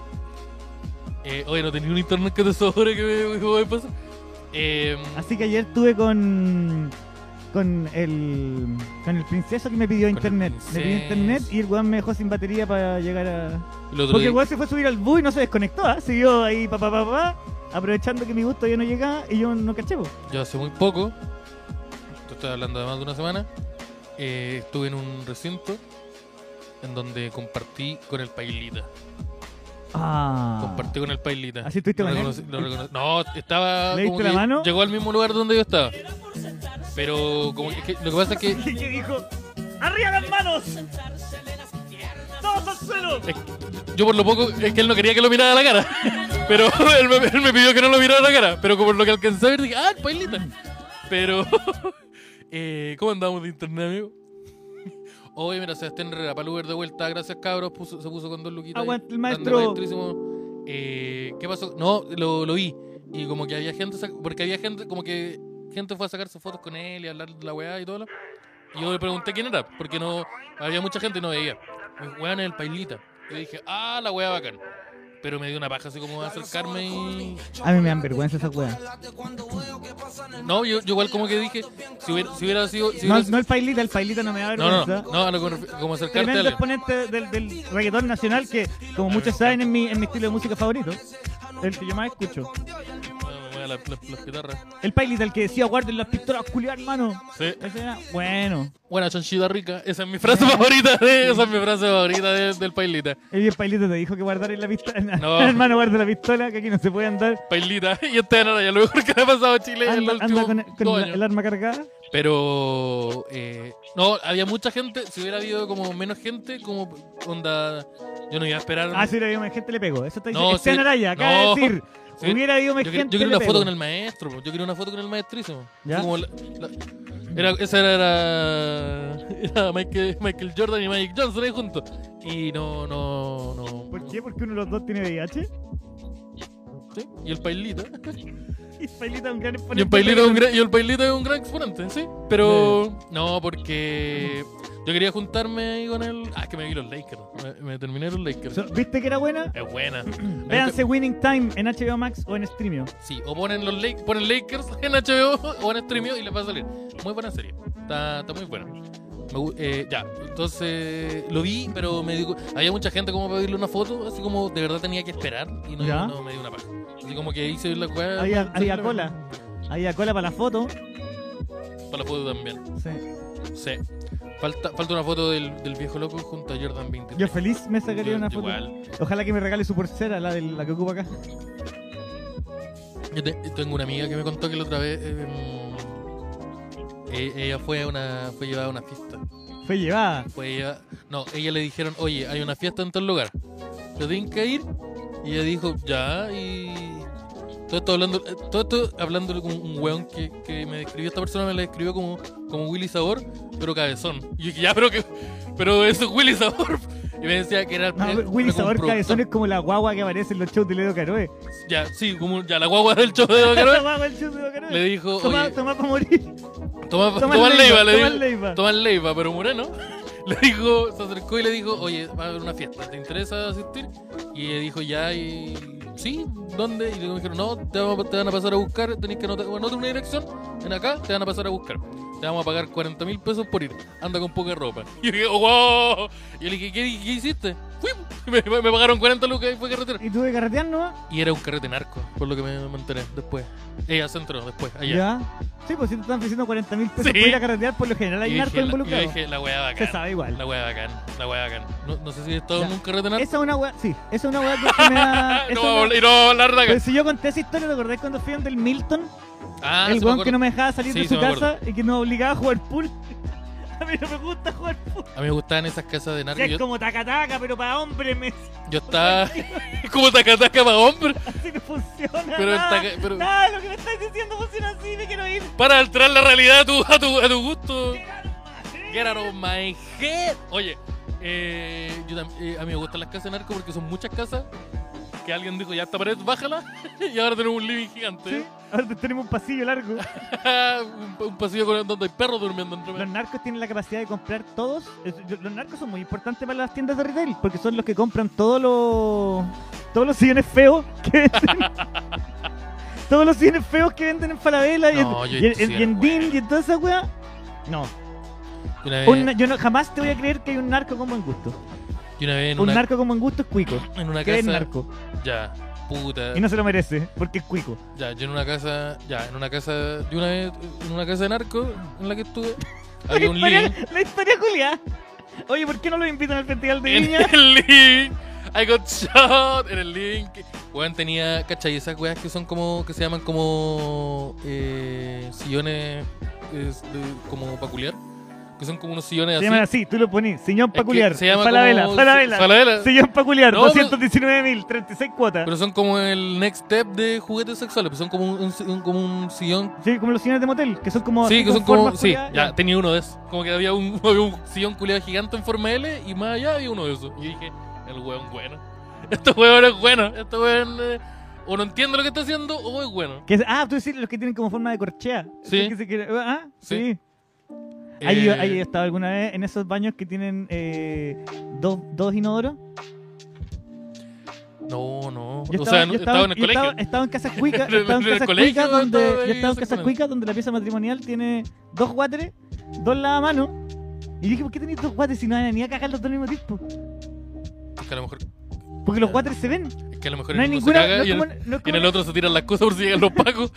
Speaker 2: Eh, oye, no tenía un internet que te sobre que me voy a pasar. Eh,
Speaker 1: Así que ayer tuve con. Con el. Con el princeso que me pidió
Speaker 2: el
Speaker 1: internet. Me pidió internet y el weón me dejó sin batería para llegar a.
Speaker 2: el otro
Speaker 1: Porque
Speaker 2: día.
Speaker 1: el weón se fue a subir al bus y no se desconectó, ¿ah? Siguió ahí pa pa pa pa, aprovechando que mi gusto ya no llegaba y yo no caché. po.
Speaker 2: Yo hace muy poco, te estoy hablando de más de una semana, eh, estuve en un recinto en donde compartí con el Pailita.
Speaker 1: Ah.
Speaker 2: Compartí con el Pailita.
Speaker 1: ¿Así estuviste
Speaker 2: Lo
Speaker 1: con él?
Speaker 2: reconocí- lo reconocí- No, estaba.
Speaker 1: ¿Le
Speaker 2: como
Speaker 1: diste la
Speaker 2: que
Speaker 1: mano?
Speaker 2: Llegó al mismo lugar donde yo estaba. Pero como que- que lo que pasa es que
Speaker 1: ¿Qué dijo? ¡Arriba las manos! ¡Todos al suelo!
Speaker 2: Yo por lo poco, es que él no quería que lo mirara a la cara. Pero él me, él me pidió que no lo mirara a la cara. Pero como lo que alcancé a ver, dije, ah, el pailita. Pero, eh, ¿cómo andamos de internet, amigo? Oye, mira, Sebastián Herrera, para el Uber de vuelta. Gracias, cabros. Puso- se puso con dos luquitas. ahí,
Speaker 1: Aguante el
Speaker 2: dando
Speaker 1: maestro.
Speaker 2: maestrísimo. Eh, ¿Qué pasó? No, lo, lo vi. Y como que había gente, sac- porque había gente, como que gente fue a sacarse fotos con él y hablar de la weá y todo. Lo... Y yo le pregunté quién era, porque no había mucha gente y no veía. Me dijo, Weón, es el pailita. Yo dije, ah, la weá bacán. Pero me dio una paja así como acercarme y.
Speaker 1: A mí me dan vergüenza esas weas.
Speaker 2: No, yo, yo igual como que dije, si hubiera, si hubiera sido. Si
Speaker 1: No,
Speaker 2: hubiera-
Speaker 1: no el pailita, el pailita no me da
Speaker 2: no, no,
Speaker 1: vergüenza.
Speaker 2: no, a lo que me refiero, como acercarte a
Speaker 1: Tremendo
Speaker 2: alguien.
Speaker 1: exponente del, del reggaetón nacional que, como muchos saben, es mi, es mi estilo de música favorito. El que yo más escucho.
Speaker 2: Bueno, me voy a la- la- las guitarras.
Speaker 1: El pailita, el que decía guarden las pistolas, culiar, hermano.
Speaker 2: Sí.
Speaker 1: Ese era bueno.
Speaker 2: Buena chanchita rica, esa es mi frase favorita de, esa es mi frase favorita de- del pailita.
Speaker 1: Y el pailita te dijo que guardar la pistola.
Speaker 2: No.
Speaker 1: hermano, guarda la pistola, que aquí no se puede andar.
Speaker 2: Pailita, y este era ya lo mejor que le ha pasado a Chile en
Speaker 1: Anda,
Speaker 2: los últimos
Speaker 1: anda con, con
Speaker 2: dos
Speaker 1: la-
Speaker 2: años.
Speaker 1: el arma cargada.
Speaker 2: Pero eh, no, había mucha gente, si hubiera habido como menos gente, como onda, yo no iba a esperar.
Speaker 1: Ah, si hubiera habido más gente, le pego. Eso está diciendo.
Speaker 2: No,
Speaker 1: Cristian
Speaker 2: sí.
Speaker 1: Araya, acaba
Speaker 2: No.
Speaker 1: de decir.
Speaker 2: Sí.
Speaker 1: Hubiera habido más
Speaker 2: yo
Speaker 1: gente.
Speaker 2: quiero, yo quiero
Speaker 1: le
Speaker 2: una foto
Speaker 1: pego.
Speaker 2: con el maestro, po, yo quiero una foto con el maestrísimo.
Speaker 1: ¿Ya?
Speaker 2: Así como la- la- era, esa era, era- era Michael, Michael Jordan y Magic Johnson ahí juntos. Y no, no, no.
Speaker 1: ¿Por qué? Porque uno de los dos tiene VIH.
Speaker 2: ¿sí? Y el pailita.
Speaker 1: Y el pailita es un gran exponente.
Speaker 2: Y el Pailito es un gran, y el Pailito es un gran exponente, sí. Pero no, porque yo quería juntarme ahí con el. Ah, es que me vi los Lakers. Me, me terminé los Lakers.
Speaker 1: So, ¿Viste que era buena?
Speaker 2: es buena. este-
Speaker 1: Véanse Winning Time en HBO Max o en Streamio.
Speaker 2: Sí, o ponen los Lakers, ponen Lakers en HBO o en Streamio y les va a salir. Muy buena serie. Está, está muy buena. Me gu- eh, ya, entonces lo vi, pero me digo, había mucha gente como para pedirle una foto, así como de verdad tenía que esperar y no,
Speaker 1: Ya.
Speaker 2: no me dio una paja. Así como que hice la jugada.
Speaker 1: Había, había cola. Había cola para la foto.
Speaker 2: Para la foto también.
Speaker 1: Sí.
Speaker 2: Sí. Falta, falta una foto del, del viejo loco junto a Jordan 20.
Speaker 1: Yo feliz me sacaría una foto.
Speaker 2: Igual.
Speaker 1: Ojalá que me regale su pulsera, la, del- la que ocupa acá.
Speaker 2: Yo te- tengo una amiga que me contó que la otra vez eh, eh, ella fue a una fue llevada a una fiesta.
Speaker 1: Fue llevada.
Speaker 2: Fue lleva- no, Pues ella le dijeron, oye, hay una fiesta en tal lugar. ¿Te tienen que ir? Y ella dijo, ya, y todo esto hablando, eh, todo esto hablándole con un weón que, que me describió, esta persona me la describió como, como Willy Sabor, pero cabezón. Y yo dije, ya, pero que, pero eso es Willy Sabor. Y me decía que era
Speaker 1: No,
Speaker 2: era como
Speaker 1: Willy
Speaker 2: un
Speaker 1: Sabor
Speaker 2: productor.
Speaker 1: Cabezón es como la guagua que aparece en los shows de Ledo Caroe.
Speaker 2: Ya, sí, como ya la guagua del show de
Speaker 1: La
Speaker 2: Bacaroe
Speaker 1: guagua del show de Ledo Caroe.
Speaker 2: le dijo,
Speaker 1: Toma,
Speaker 2: oye,
Speaker 1: toma para morir.
Speaker 2: Tomás
Speaker 1: Tomás
Speaker 2: Tomás
Speaker 1: Leiva,
Speaker 2: Leiva, le
Speaker 1: Tomás
Speaker 2: dijo,
Speaker 1: Leiva.
Speaker 2: Tomás Leiva, pero Moreno, le dijo, se acercó y le dijo, oye, va a haber una fiesta, ¿te interesa asistir? Y ella dijo, ya, y sí, ¿dónde? Y le dijeron, no, te, vamos a- te van a pasar a buscar, tenés que anotar, anota una dirección, en acá, te van a pasar a buscar. Te vamos a pagar 40 mil pesos por ir, anda con poca ropa. Y yo dije, wow. Y yo le dije, ¿qué, qué hiciste? Fui, me, me pagaron 40 lucas y fue carretera.
Speaker 1: Y tuve carretear nomás.
Speaker 2: Y era un carrete narco, por lo que me, me enteré después. Ella se enteró después, allá.
Speaker 1: Ya. Sí, pues si te están ofreciendo 40 mil pesos
Speaker 2: Ah, Sí.
Speaker 1: por ir a carretear, por lo general hay
Speaker 2: Y
Speaker 1: narco
Speaker 2: dije, la-
Speaker 1: involucrado.
Speaker 2: Yo dije, la weá
Speaker 1: Se
Speaker 2: bacán.
Speaker 1: sabe igual.
Speaker 2: La weá bacán. La weá bacán. No, no sé si he estado
Speaker 1: Ya.
Speaker 2: en un carrete narco.
Speaker 1: Esa es una weá, sí, esa es una weá que se me da.
Speaker 2: Y
Speaker 1: esa
Speaker 2: no va
Speaker 1: es una- Pues,
Speaker 2: a hablar- y no va a hablar de acá.
Speaker 1: Pero si yo conté esa historia, ¿te acordás cuando fui del Milton?
Speaker 2: Ah, sí
Speaker 1: el weón
Speaker 2: me acuerdo.
Speaker 1: que no me dejaba salir
Speaker 2: Sí,
Speaker 1: de
Speaker 2: sí
Speaker 1: su
Speaker 2: me
Speaker 1: casa y que nos obligaba a jugar pool. A mí no me gusta jugar pool.
Speaker 2: A mí me gustaban esas casas de narco.
Speaker 1: Ya es
Speaker 2: Yo,
Speaker 1: como tacataca, pero para hombres me
Speaker 2: yo estaba como tacataca para hombre.
Speaker 1: así no funciona.
Speaker 2: Pero el
Speaker 1: nada,
Speaker 2: taca- pero-
Speaker 1: nada de lo que me estás diciendo funciona así, me quiero ir.
Speaker 2: Para alterar la realidad a tu, a tu, a tu gusto. Get out of my head. Oye, eh, yo tam- eh, a mí me gustan las casas de narco porque son muchas casas que alguien dijo, ya esta pared, bájala. y ahora tenemos un living
Speaker 1: Sí,
Speaker 2: gigante.
Speaker 1: ahora tenemos un pasillo largo.
Speaker 2: un, un pasillo con, donde hay perros durmiendo entre
Speaker 1: Los
Speaker 2: medio.
Speaker 1: narcos tienen la capacidad de comprar todos. es- yo- Los narcos son muy importantes para las tiendas de retail porque son los que compran todos los todos los sillones feos que venden. todos los sillones feos que venden en Falabella y en-
Speaker 2: No, yo
Speaker 1: y en,
Speaker 2: estoy
Speaker 1: y en
Speaker 2: de
Speaker 1: Dean y en toda esa wea. No,
Speaker 2: Y Una vez,
Speaker 1: un na- yo no, jamás te voy a creer que hay un narco con buen gusto.
Speaker 2: y una vez en,
Speaker 1: un
Speaker 2: una,
Speaker 1: narco con buen gusto es cuico.
Speaker 2: en una
Speaker 1: Que es
Speaker 2: casa.
Speaker 1: narco.
Speaker 2: Ya, puta.
Speaker 1: Y no se lo merece porque es cuico.
Speaker 2: Ya, yo en una casa. Ya, en una casa. Yo una vez. En una casa de narco en la que estuve. Había un
Speaker 1: la
Speaker 2: living.
Speaker 1: historia, la historia culiá. Oye, ¿por qué no lo invitan al Festival de
Speaker 2: En
Speaker 1: Viña?
Speaker 2: el link. I got shot. En el link. Weón tenía, ¿cachai? Esas weas que son como. que se llaman como. eh, sillones. es, de- como peculiar. Que son como unos sillones
Speaker 1: Se
Speaker 2: así.
Speaker 1: llaman así, tú lo pones. Señor
Speaker 2: Es que
Speaker 1: Paculiar.
Speaker 2: se llama
Speaker 1: Falabella,
Speaker 2: como-
Speaker 1: Falabella.
Speaker 2: Falabella.
Speaker 1: Señor Paculiar,
Speaker 2: No, pero-
Speaker 1: 219.000, 36 cuotas.
Speaker 2: Pero son como el next step de juguetes sexuales. Pues son como un, un- como un sillón.
Speaker 1: Sí, como los señores de motel, que son como.
Speaker 2: Sí,
Speaker 1: así
Speaker 2: que son
Speaker 1: con
Speaker 2: como.
Speaker 1: formas
Speaker 2: Sí,
Speaker 1: culiadas.
Speaker 2: ya, tenía uno de esos. Como que había un, había un sillón culiado gigante en forma L y más allá había uno de esos. Y yo dije, el weón bueno. Este weón es bueno. Este weón. eh, o no entiende lo que está haciendo o es bueno.
Speaker 1: Que es- ah, tú decís los que tienen como forma de corchea.
Speaker 2: Sí.
Speaker 1: Esos que se quieren- ah,
Speaker 2: Sí.
Speaker 1: sí. ¿Hay,
Speaker 2: Eh,
Speaker 1: hay estado alguna vez en esos baños que tienen eh, dos, dos inodoros?
Speaker 2: No, no.
Speaker 1: Yo
Speaker 2: o sea,
Speaker 1: yo
Speaker 2: no- estaba, en el
Speaker 1: yo
Speaker 2: colegio.
Speaker 1: Estaba, estaba en casas cuicas,
Speaker 2: En el-
Speaker 1: estaba en
Speaker 2: en el
Speaker 1: casas
Speaker 2: colegio
Speaker 1: cuicas donde,
Speaker 2: estaba ahí
Speaker 1: yo estaba en casas
Speaker 2: exactamente.
Speaker 1: cuicas donde la pieza matrimonial tiene dos guatres, dos lavamanos. Y dije, ¿por qué tenéis dos guatres si no hay ni a cagar los dos al mismo tiempo?
Speaker 2: Es que a lo mejor,
Speaker 1: Porque los guatres se ven.
Speaker 2: es que a lo mejor
Speaker 1: No hay
Speaker 2: en uno
Speaker 1: ninguna.
Speaker 2: se caga
Speaker 1: no es
Speaker 2: y, en,
Speaker 1: como- no es
Speaker 2: y en
Speaker 1: como-
Speaker 2: el otro se tiran las cosas por si llegan los pacos.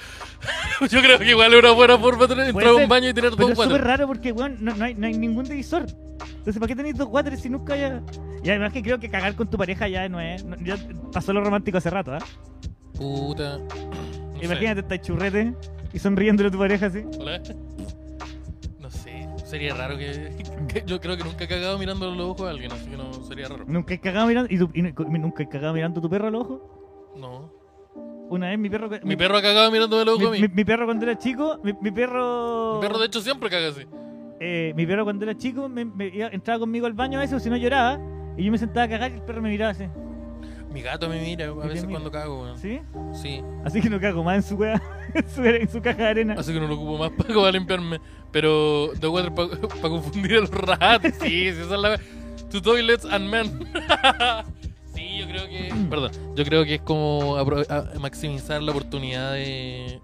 Speaker 2: Yo creo que igual es una buena forma de entrar a
Speaker 1: ser,
Speaker 2: un baño y tener
Speaker 1: Pero
Speaker 2: dos
Speaker 1: es súper
Speaker 2: cuatro.
Speaker 1: raro porque, weón, no, no hay, no hay ningún divisor. Entonces, ¿para qué tenéis dos guatres si nunca haya.? Y además que creo que cagar con tu pareja ya no es. no- ya pasó lo romántico hace rato, ¿ah?
Speaker 2: Puta. no sé.
Speaker 1: Imagínate, estáis churrete y sonriéndole a tu pareja así.
Speaker 2: Hola. No sé, sería raro que, que- Yo creo que nunca he cagado mirando los ojos a alguien, así que no sería raro.
Speaker 1: Nunca he cagado mirando. ¿Y, tú- y nu- nunca he cagado mirando a tu perro al ojo?
Speaker 2: No.
Speaker 1: Una vez mi perro.
Speaker 2: Mi perro ha cagado mirándome los ojos a
Speaker 1: mi,
Speaker 2: mí.
Speaker 1: mi- mi perro cuando era chico, mi, mi perro.
Speaker 2: Mi perro, de hecho, siempre caga así.
Speaker 1: eh, mi perro cuando era chico me, me iba- entraba conmigo al baño a veces, o si no lloraba, y yo me sentaba a cagar y el perro me miraba así,
Speaker 2: Mi gato me mira a veces
Speaker 1: mira.
Speaker 2: cuando cago, weón.
Speaker 1: ¿sí?
Speaker 2: Sí.
Speaker 1: Así que no cago más en su wea, en su, en su caja de arena.
Speaker 2: Así que no lo ocupo más para limpiarme. Pero de water para confundir a los ratos. Sí, sí, esa es la To toilets and men. sí, yo creo que. Perdón. Yo creo que es como apro- a- maximizar la oportunidad de.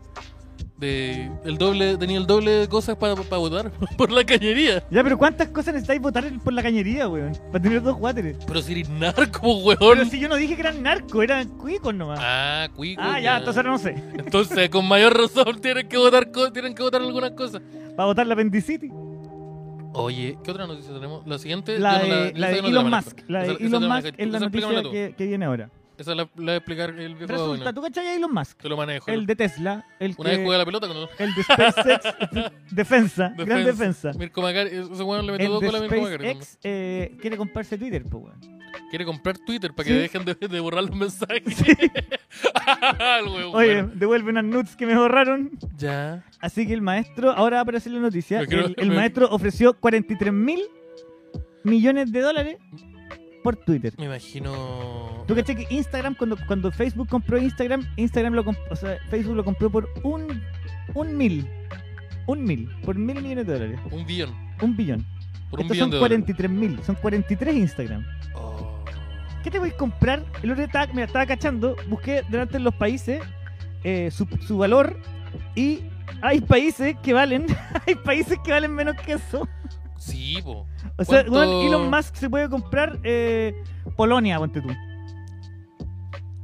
Speaker 2: de el doble, tenía el doble de cosas para votar por la cañería.
Speaker 1: Ya, pero ¿cuántas cosas necesitáis votar por la cañería, weón? Para tener dos guateres.
Speaker 2: Pero si eres narco, pues,
Speaker 1: Pero
Speaker 2: weón.
Speaker 1: si yo no dije que eran narcos, eran cuicos nomás. Ah,
Speaker 2: Ah, cuico.
Speaker 1: ya, entonces ahora no sé.
Speaker 2: Entonces, con mayor razón tienen que votar co- tienen que votar algunas cosas.
Speaker 1: Para votar la apendicitis.
Speaker 2: Oye, ¿qué otra noticia tenemos? La siguiente.
Speaker 1: La
Speaker 2: Eh, yo no
Speaker 1: de,
Speaker 2: yo
Speaker 1: la
Speaker 2: esa
Speaker 1: de
Speaker 2: yo no te
Speaker 1: Elon
Speaker 2: manejo.
Speaker 1: Musk. La de
Speaker 2: Esa- esa te
Speaker 1: Elon
Speaker 2: la
Speaker 1: Musk
Speaker 2: manejo.
Speaker 1: es la noticia
Speaker 2: Esa explícamela tú.
Speaker 1: que, que viene ahora.
Speaker 2: Esa la, la voy a explicar el viejo
Speaker 1: Resulta,
Speaker 2: bueno.
Speaker 1: ¿tú cachai a Elon Musk?
Speaker 2: Te lo manejo.
Speaker 1: El de Tesla, el
Speaker 2: Una vez
Speaker 1: que-
Speaker 2: jugué a la pelota con él.
Speaker 1: El de SpaceX, defensa, gran defensa.
Speaker 2: Mirko Macari, ese weón le metió
Speaker 1: El
Speaker 2: dos goles a
Speaker 1: de
Speaker 2: Mirko Macari. también.
Speaker 1: SpaceX eh, quiere comprarse Twitter, pues, weón.
Speaker 2: Quiere comprar Twitter para que
Speaker 1: Sí.
Speaker 2: dejen de, de borrar los mensajes. El weón,
Speaker 1: Oye,
Speaker 2: bueno.
Speaker 1: devuelven a nuts que me borraron.
Speaker 2: Ya.
Speaker 1: Así que el maestro, ahora va a aparecer la noticia,
Speaker 2: Me quiero-
Speaker 1: el, el
Speaker 2: me-
Speaker 1: maestro ofreció 43 mil millones de dólares por Twitter.
Speaker 2: Me imagino.
Speaker 1: ¿Tú caché que Instagram, cuando, cuando Facebook compró Instagram, Instagram lo comp- o sea, Facebook lo compró por un, un mil. Un mil, por mil millones de dólares.
Speaker 2: Un billón.
Speaker 1: Un billón.
Speaker 2: Por un
Speaker 1: Estos
Speaker 2: billón
Speaker 1: son
Speaker 2: de dólares.
Speaker 1: 43 mil, son 43 Instagram.
Speaker 2: Oh.
Speaker 1: ¿Qué te voy a comprar? El otro día estaba, mira, estaba cachando, busqué delante en los países eh, su, su valor y hay países que valen, hay países que valen menos que eso.
Speaker 2: Sí, po.
Speaker 1: O sea,
Speaker 2: ¿Cuánto?
Speaker 1: weón, Elon Musk se puede comprar eh, Polonia, ponte tú.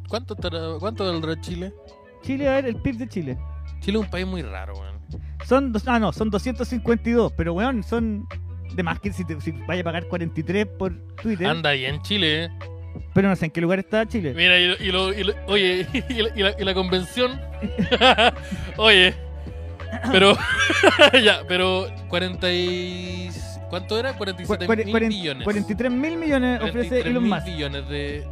Speaker 2: ¿Cuánto, estará- ¿Cuánto valdrá Chile?
Speaker 1: Chile, a ver, el PIB de Chile.
Speaker 2: Chile es un país muy raro, weón.
Speaker 1: Son, dos, ah, no, son 252, pero weón, son de más que si, te- si vaya a pagar 43 por Twitter.
Speaker 2: Anda ahí en Chile, eh.
Speaker 1: Pero no sé en qué lugar está Chile.
Speaker 2: Mira, y, lo- y lo, y lo- oye, y la, y la- y la convención. oye, pero. ya, pero. 40 y, ¿Cuánto era? 47
Speaker 1: Cuare-
Speaker 2: mil
Speaker 1: cuaren-
Speaker 2: millones.
Speaker 1: 43 mil millones ofrece
Speaker 2: 43
Speaker 1: Elon
Speaker 2: mil
Speaker 1: Musk.
Speaker 2: millones de.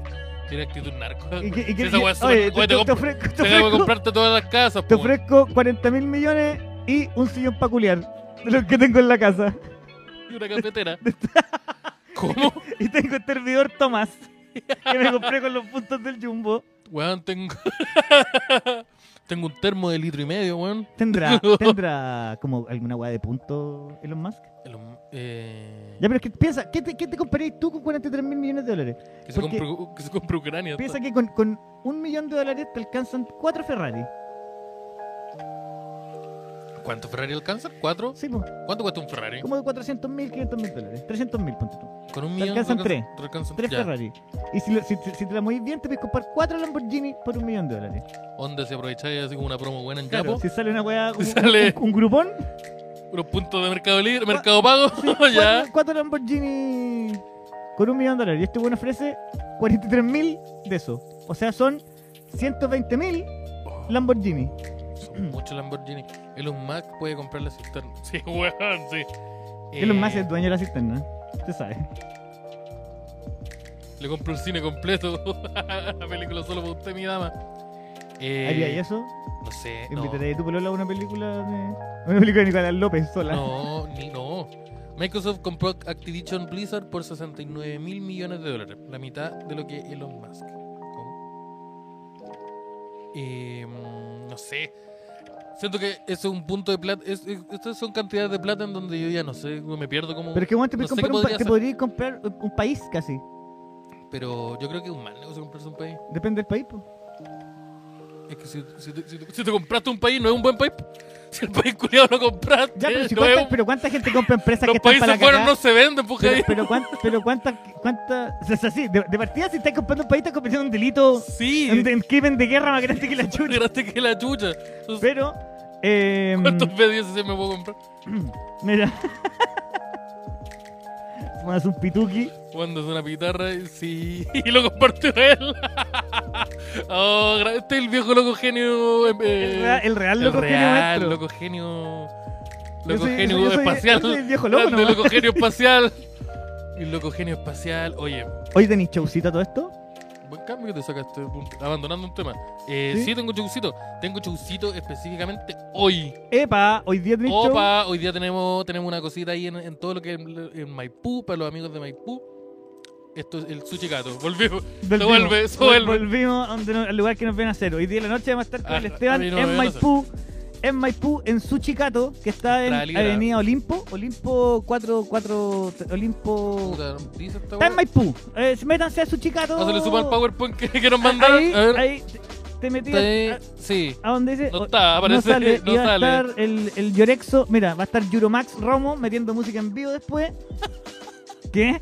Speaker 2: Tiene actitud narco.
Speaker 1: Y que- y
Speaker 2: Si
Speaker 1: que-
Speaker 2: esa
Speaker 1: y-
Speaker 2: weá es súper-
Speaker 1: oye,
Speaker 2: oye,
Speaker 1: te-
Speaker 2: te,
Speaker 1: te
Speaker 2: comp-
Speaker 1: ofrezco- te
Speaker 2: te acabo de
Speaker 1: ofrezco-
Speaker 2: comprarte todas las casas,
Speaker 1: Te
Speaker 2: po, weón.
Speaker 1: ofrezco 40 mil millones y un sillón peculiar de los que tengo en la casa.
Speaker 2: Y una cafetera. ¿Cómo?
Speaker 1: Y tengo este hervidor Tomás que me compré con los puntos del Jumbo.
Speaker 2: Weón, tengo. tengo un termo de litro y medio, weón.
Speaker 1: ¿Tendrá, ¿tendrá como alguna hueá de puntos Elon Musk?
Speaker 2: El hum- eh,
Speaker 1: Ya, pero es que piensa, ¿qué te, qué te comprarías tú con 43 mil millones de dólares?
Speaker 2: que, se
Speaker 1: porque-
Speaker 2: compre, que se compre Ucrania.
Speaker 1: Piensa que con, con un millón de dólares te alcanzan cuatro Ferrari.
Speaker 2: ¿Cuánto Ferrari alcanza? ¿Cuatro?
Speaker 1: Sí, pues,
Speaker 2: ¿Cuánto cuesta un Ferrari?
Speaker 1: como de 400 mil, 500 mil dólares. 300 mil, ponte tú.
Speaker 2: Con un millón.
Speaker 1: alcanzan
Speaker 2: te alcanza- te alcanzan-
Speaker 1: Tres
Speaker 2: ya.
Speaker 1: Ferrari. Y si, lo- si, si te la movís bien, te puedes comprar cuatro Lamborghini por un millón de dólares.
Speaker 2: Onda, si aprovecháis así como una promo buena en
Speaker 1: Claro,
Speaker 2: Yapo.
Speaker 1: si sale una weá, un,
Speaker 2: Si sale-
Speaker 1: un- un grupón,
Speaker 2: Unos puntos de Mercado Libre, Mercado Pago. ya.
Speaker 1: cuatro, cuatro Lamborghini con un millón de dólares. Y este bueno ofrece 43 mil de eso. O sea, son 120 mil Lamborghini.
Speaker 2: Son muchos Lamborghini. Elon Musk puede comprar la cisterna. Sí, weón, sí.
Speaker 1: Elon
Speaker 2: Eh,
Speaker 1: Musk es dueño de la cisterna. Usted sabe.
Speaker 2: Le compro el cine completo. la película solo para usted, mi dama. Eh,
Speaker 1: ¿Haría eso?
Speaker 2: No sé. No,
Speaker 1: ¿Invitaría a tu polola a una película de... Una película de Nicolás López sola.
Speaker 2: no, ni no. Microsoft compró Activision Blizzard por 69 mil millones de dólares. La mitad de lo que Elon Musk. ¿Cómo? Eh, mm, no sé. Siento que ese es un punto de plata. es- es- Estas son cantidades de plata en donde yo ya no sé, me pierdo como.
Speaker 1: Pero es que bueno, te,
Speaker 2: No
Speaker 1: podrías comprar un pa-
Speaker 2: sé qué podría
Speaker 1: te
Speaker 2: hacer.
Speaker 1: podrías comprar un- un país casi.
Speaker 2: Pero yo creo que es un mal negocio comprarse un país.
Speaker 1: Depende del país, pues.
Speaker 2: Es que si, si te- si te- si te compraste un país, no es un buen país. Si el país culiado lo compraste,
Speaker 1: Ya, pero, si
Speaker 2: Eh, no es
Speaker 1: cuánta,
Speaker 2: un-
Speaker 1: pero cuánta gente compra empresas que
Speaker 2: los
Speaker 1: están para
Speaker 2: países
Speaker 1: la
Speaker 2: fueron
Speaker 1: cagá?
Speaker 2: no se venden, pues
Speaker 1: Pero,
Speaker 2: Javier.
Speaker 1: pero, cuán- pero cuánta, cuánta... O sea, sí, de, de partida si estás comprando un país estás cometiendo un delito,
Speaker 2: Sí,
Speaker 1: un, un crimen de guerra más grande que la
Speaker 2: más
Speaker 1: chucha.
Speaker 2: grande que la chucha. Entonces,
Speaker 1: Pero, eh,
Speaker 2: ¿Cuántos B16 me puedo comprar?
Speaker 1: mira. Más un pituki.
Speaker 2: Cuando es una guitarra, y- sí, y lo compartió él. oh, gra- este es el viejo loco genio. eh,
Speaker 1: El real, el real
Speaker 2: el
Speaker 1: loco tiene
Speaker 2: real,
Speaker 1: nuestro.
Speaker 2: loco genio.
Speaker 1: Yo
Speaker 2: Loco
Speaker 1: soy-
Speaker 2: genio
Speaker 1: yo soy- yo soy-
Speaker 2: espacial.
Speaker 1: yo soy el viejo loco
Speaker 2: grande
Speaker 1: nomás.
Speaker 2: loco genio espacial. Y loco genio espacial. Oye,
Speaker 1: Oye, ¿tenéis showcito a todo esto?
Speaker 2: Buen cambio que te sacaste, pum, abandonando un tema. Eh,
Speaker 1: ¿Sí?
Speaker 2: ¿Sí? tengo chaucito. Tengo chaucito específicamente hoy.
Speaker 1: Epa, hoy día tenéis show.
Speaker 2: Opa, hoy día tenemos, tenemos una cosita ahí en, en todo lo que es en Maipú, para los amigos de Maipú. Esto es el sushi gato. Volvió.
Speaker 1: Volvimos,
Speaker 2: Se vuelve, se vuelve.
Speaker 1: Volvimos a donde no- al lugar que nos ven a hacer. Hoy día en la noche vamos a estar con
Speaker 2: Ah,
Speaker 1: el Esteban
Speaker 2: a mí no me
Speaker 1: en
Speaker 2: ven a hacer.
Speaker 1: Maipú. En Maipú, en Suchicato, que está en
Speaker 2: Entrada libre.
Speaker 1: Avenida Olimpo. Olimpo 44. Olimpo.
Speaker 2: Puta, dice
Speaker 1: Está
Speaker 2: esta
Speaker 1: en
Speaker 2: wea.
Speaker 1: Maipú. Eh, métanse a Suchicato.
Speaker 2: No se le supa el PowerPoint que, que nos mandaron.
Speaker 1: Ahí,
Speaker 2: a ver.
Speaker 1: ahí te- te metí.
Speaker 2: Está ahí.
Speaker 1: A,
Speaker 2: Sí.
Speaker 1: a donde dice. "Oh,
Speaker 2: No está,
Speaker 1: no
Speaker 2: aparece. No
Speaker 1: sale,
Speaker 2: sale.
Speaker 1: y va a estar el, el Yorexo. Mira, va a estar Juromax Romo metiendo música en vivo después. ¿Qué?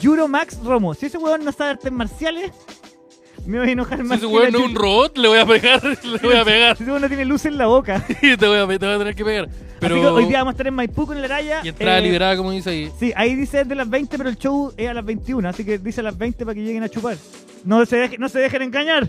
Speaker 1: Juromax Romo. Si ese weón no sabe artes marciales, me voy a enojar
Speaker 2: Si
Speaker 1: más.
Speaker 2: ese
Speaker 1: que
Speaker 2: weón
Speaker 1: la
Speaker 2: no es un
Speaker 1: chucha.
Speaker 2: robot, le voy a pegar. Le voy a pegar.
Speaker 1: Si ese weón no tiene luz en la boca.
Speaker 2: Y te voy a, te voy a tener que pegar.
Speaker 1: Así que
Speaker 2: Pero.
Speaker 1: hoy día vamos a estar en Maipú con el Araya.
Speaker 2: Y entrada
Speaker 1: eh,
Speaker 2: liberada, como dice ahí.
Speaker 1: Sí, ahí dice desde las 20, pero el show es a las 21, así que dice a las 20 para que lleguen a chupar. No se, deje- no se dejen engañar.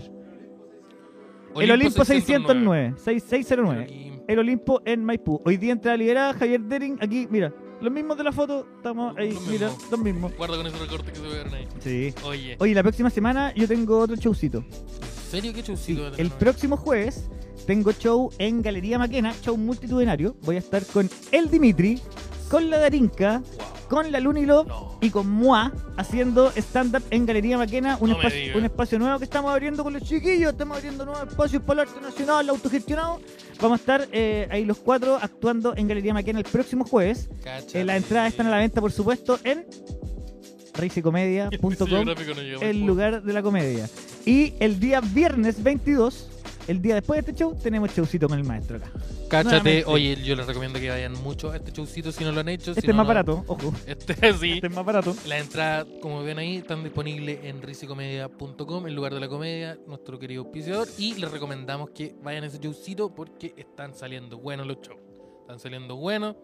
Speaker 1: el Olimpo 609. 6609.
Speaker 2: Olimpo.
Speaker 1: el Olimpo en Maipú. Hoy día entra liberada Javier Dering, aquí, mira, los mismos de la foto, estamos ahí,
Speaker 2: Los mismos.
Speaker 1: mira, los mismos.
Speaker 2: Guarda con esos recortes que se pegaron ahí.
Speaker 1: Sí.
Speaker 2: Oye,
Speaker 1: Oye, la próxima semana yo tengo otro showcito.
Speaker 2: ¿en serio qué
Speaker 1: Sí,
Speaker 2: chucito? va a
Speaker 1: el
Speaker 2: tener una
Speaker 1: próximo jueves tengo show en Galería Maquena, show multitudinario. Voy a estar con el Dimitri, con la Darinka,
Speaker 2: Wow.
Speaker 1: con la Lunilo
Speaker 2: No.
Speaker 1: y con Moa haciendo stand-up en Galería Maquena, un,
Speaker 2: No me
Speaker 1: espacio-
Speaker 2: digas.
Speaker 1: un espacio nuevo que estamos abriendo con los chiquillos, estamos abriendo nuevos espacios para el arte nacional, autogestionado. Vamos a estar eh, ahí los cuatro actuando en Galería Maquena el próximo jueves.
Speaker 2: Cacha.
Speaker 1: Eh, las entradas están a la venta, por supuesto, en
Speaker 2: El
Speaker 1: risicomedia.com,
Speaker 2: diseño gráfico no llegó
Speaker 1: el
Speaker 2: tampoco.
Speaker 1: lugar de la comedia. Y el día viernes 22, el día después de este show, tenemos showcito con el maestro acá.
Speaker 2: Cáchate,
Speaker 1: nuevamente.
Speaker 2: oye, yo les recomiendo que vayan mucho a este showcito si no lo han hecho. si
Speaker 1: Este
Speaker 2: no,
Speaker 1: es más
Speaker 2: no.
Speaker 1: barato, ojo.
Speaker 2: Este sí.
Speaker 1: Este es más barato.
Speaker 2: Las entradas, como ven ahí, están disponibles en risicomedia.com, el lugar de la comedia, nuestro querido auspiciador. Y les recomendamos que vayan a ese showcito porque están saliendo buenos los shows. Están saliendo buenos,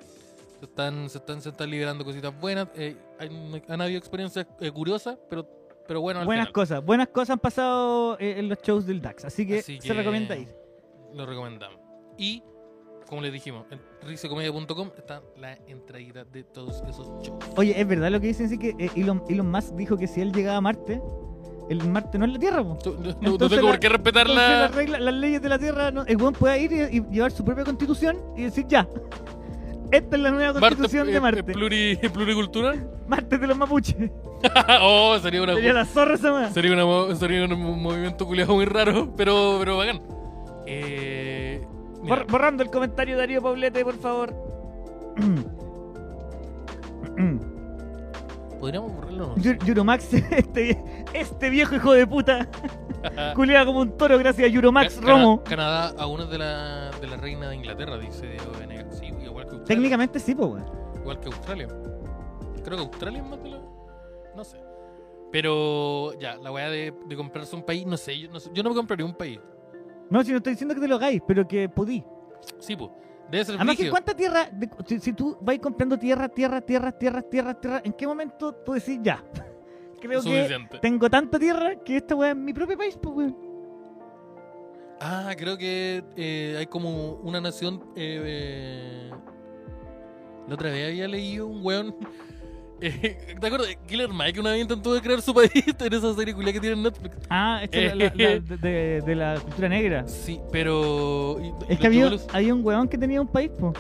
Speaker 2: se están, se están, se están liberando cositas buenas. eh, han, han habido experiencias eh, curiosas, pero, pero bueno, al
Speaker 1: Buenas
Speaker 2: final.
Speaker 1: cosas, buenas cosas han pasado eh, en los shows del DAX, así que,
Speaker 2: Así
Speaker 1: se
Speaker 2: que-
Speaker 1: recomienda ir.
Speaker 2: Lo recomendamos. Y, como les dijimos, en risicomedia.com están las entraditas de todos esos shows.
Speaker 1: Oye, es verdad lo que dicen, sí que eh, Elon, Elon Musk dijo que si él llegaba a Marte, el Marte no es la Tierra, po.
Speaker 2: No, no- no
Speaker 1: Entonces
Speaker 2: tengo
Speaker 1: la-
Speaker 2: por qué respetar
Speaker 1: Entonces,
Speaker 2: la...
Speaker 1: las reglas- las leyes de la Tierra, no, el weón puede ir y, y llevar su propia constitución y decir ya. Esta es la nueva constitución
Speaker 2: eh,
Speaker 1: de
Speaker 2: eh,
Speaker 1: Marte.
Speaker 2: pluri- ¿Pluricultural?
Speaker 1: Marte de los mapuches.
Speaker 2: oh, sería una.
Speaker 1: Sería la zorra esa weá.
Speaker 2: Sería, una mo- sería un mo- movimiento culiado muy raro, pero, pero bacán. Eh, mira,
Speaker 1: Bor- borrando el comentario de Darío Paulete, por favor.
Speaker 2: Podríamos borrarlo.
Speaker 1: Yu- Yuromax, este, vie- este viejo hijo de puta, culea como un toro gracias a Yuromax
Speaker 2: Ca-
Speaker 1: Romo.
Speaker 2: Cana- Canadá a una de la, de la reina de Inglaterra, dice ONG. Sí, igual que Australia.
Speaker 1: Técnicamente sí, po, weón.
Speaker 2: Igual que Australia. Creo que Australia es más de la. No sé. Pero ya, la weá de, de comprarse un país, no sé, yo no, sé, yo no me compraría un país.
Speaker 1: No, si no estoy diciendo que te lo hagáis, pero que pudí.
Speaker 2: Sí, pues. Debe ser
Speaker 1: Además, que
Speaker 2: brígido.
Speaker 1: ¿cuánta tierra? de- si, si tú vas comprando tierra, tierra, tierra, tierra, tierra, tierra, ¿en qué momento tú decís ya? Creo que
Speaker 2: Suficiente.
Speaker 1: tengo tanta tierra que esta weá es mi propio país, pues weón.
Speaker 2: Ah, creo que eh, hay como una nación. eh, eh, La otra vez había leído un weón. eh, ¿Te acuerdas? Killer Mike una vez intentó crear su país en esa serie culia que tiene en Netflix.
Speaker 1: Ah, esta es la, la- la- de, de- de la cultura negra.
Speaker 2: Sí, pero. y-
Speaker 1: Es que
Speaker 2: los
Speaker 1: había,
Speaker 2: chibolos-
Speaker 1: había un weón que tenía un país, pues.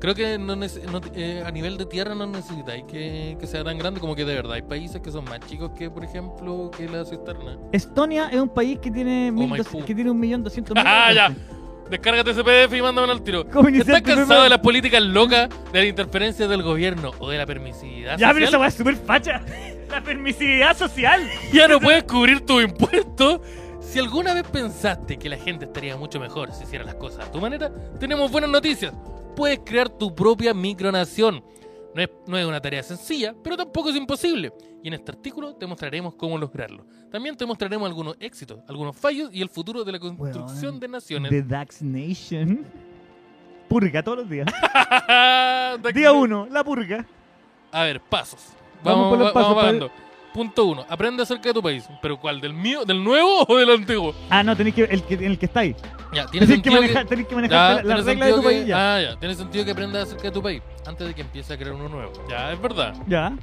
Speaker 2: Creo que no nece- no te- eh, a nivel de tierra no necesitáis que, que sea tan grande como que de verdad hay países que son más chicos que, por ejemplo, que la cisterna.
Speaker 1: Estonia es un país que tiene, mil
Speaker 2: Oh, Maipú.
Speaker 1: doce- que tiene un millón doscientos mil
Speaker 2: ¡Ah, ya!
Speaker 1: habitantes.
Speaker 2: Descárgate ese PDF y mándamelo al tiro.
Speaker 1: Como
Speaker 2: ¿Estás
Speaker 1: iniciante
Speaker 2: cansado
Speaker 1: primero-
Speaker 2: de las políticas locas, de las interferencias del gobierno o de la permisividad
Speaker 1: Ya, pero esa
Speaker 2: social?
Speaker 1: weá es súper facha. La permisividad social.
Speaker 2: Ya no puedes cubrir tus impuestos. Si alguna vez pensaste que la gente estaría mucho mejor si hiciera las cosas a tu manera, tenemos buenas noticias. Puedes crear tu propia micronación. No es, no es una tarea sencilla, pero tampoco es imposible. Y en este artículo te mostraremos cómo lograrlo. También te mostraremos algunos éxitos, algunos fallos y el futuro de la construcción
Speaker 1: Weón,
Speaker 2: de naciones.
Speaker 1: The Dax Nation. Purga todos los días. Día
Speaker 2: Día
Speaker 1: 1, la purga.
Speaker 2: Ah, A ver, pasos.
Speaker 1: Vamos
Speaker 2: Vamos,
Speaker 1: por los
Speaker 2: va-
Speaker 1: pasos,
Speaker 2: vamos
Speaker 1: pa-
Speaker 2: bajando. Punto uno. Aprende acerca de tu país. ¿Pero cuál? ¿Del mío? ¿Del nuevo o del antiguo?
Speaker 1: Ah, no, tenéis que. El que, el que está ahí.
Speaker 2: Ya,
Speaker 1: Tenéis que
Speaker 2: tiene sentido que-
Speaker 1: manejar, tenéis que manejar
Speaker 2: Ya,
Speaker 1: la- las
Speaker 2: tiene
Speaker 1: reglas de tu
Speaker 2: sentido
Speaker 1: país
Speaker 2: que-
Speaker 1: ya.
Speaker 2: Ah, ya. Tiene sentido que aprendas acerca de tu país antes de que empiece a crear uno nuevo. Ya, es verdad.
Speaker 1: Ya.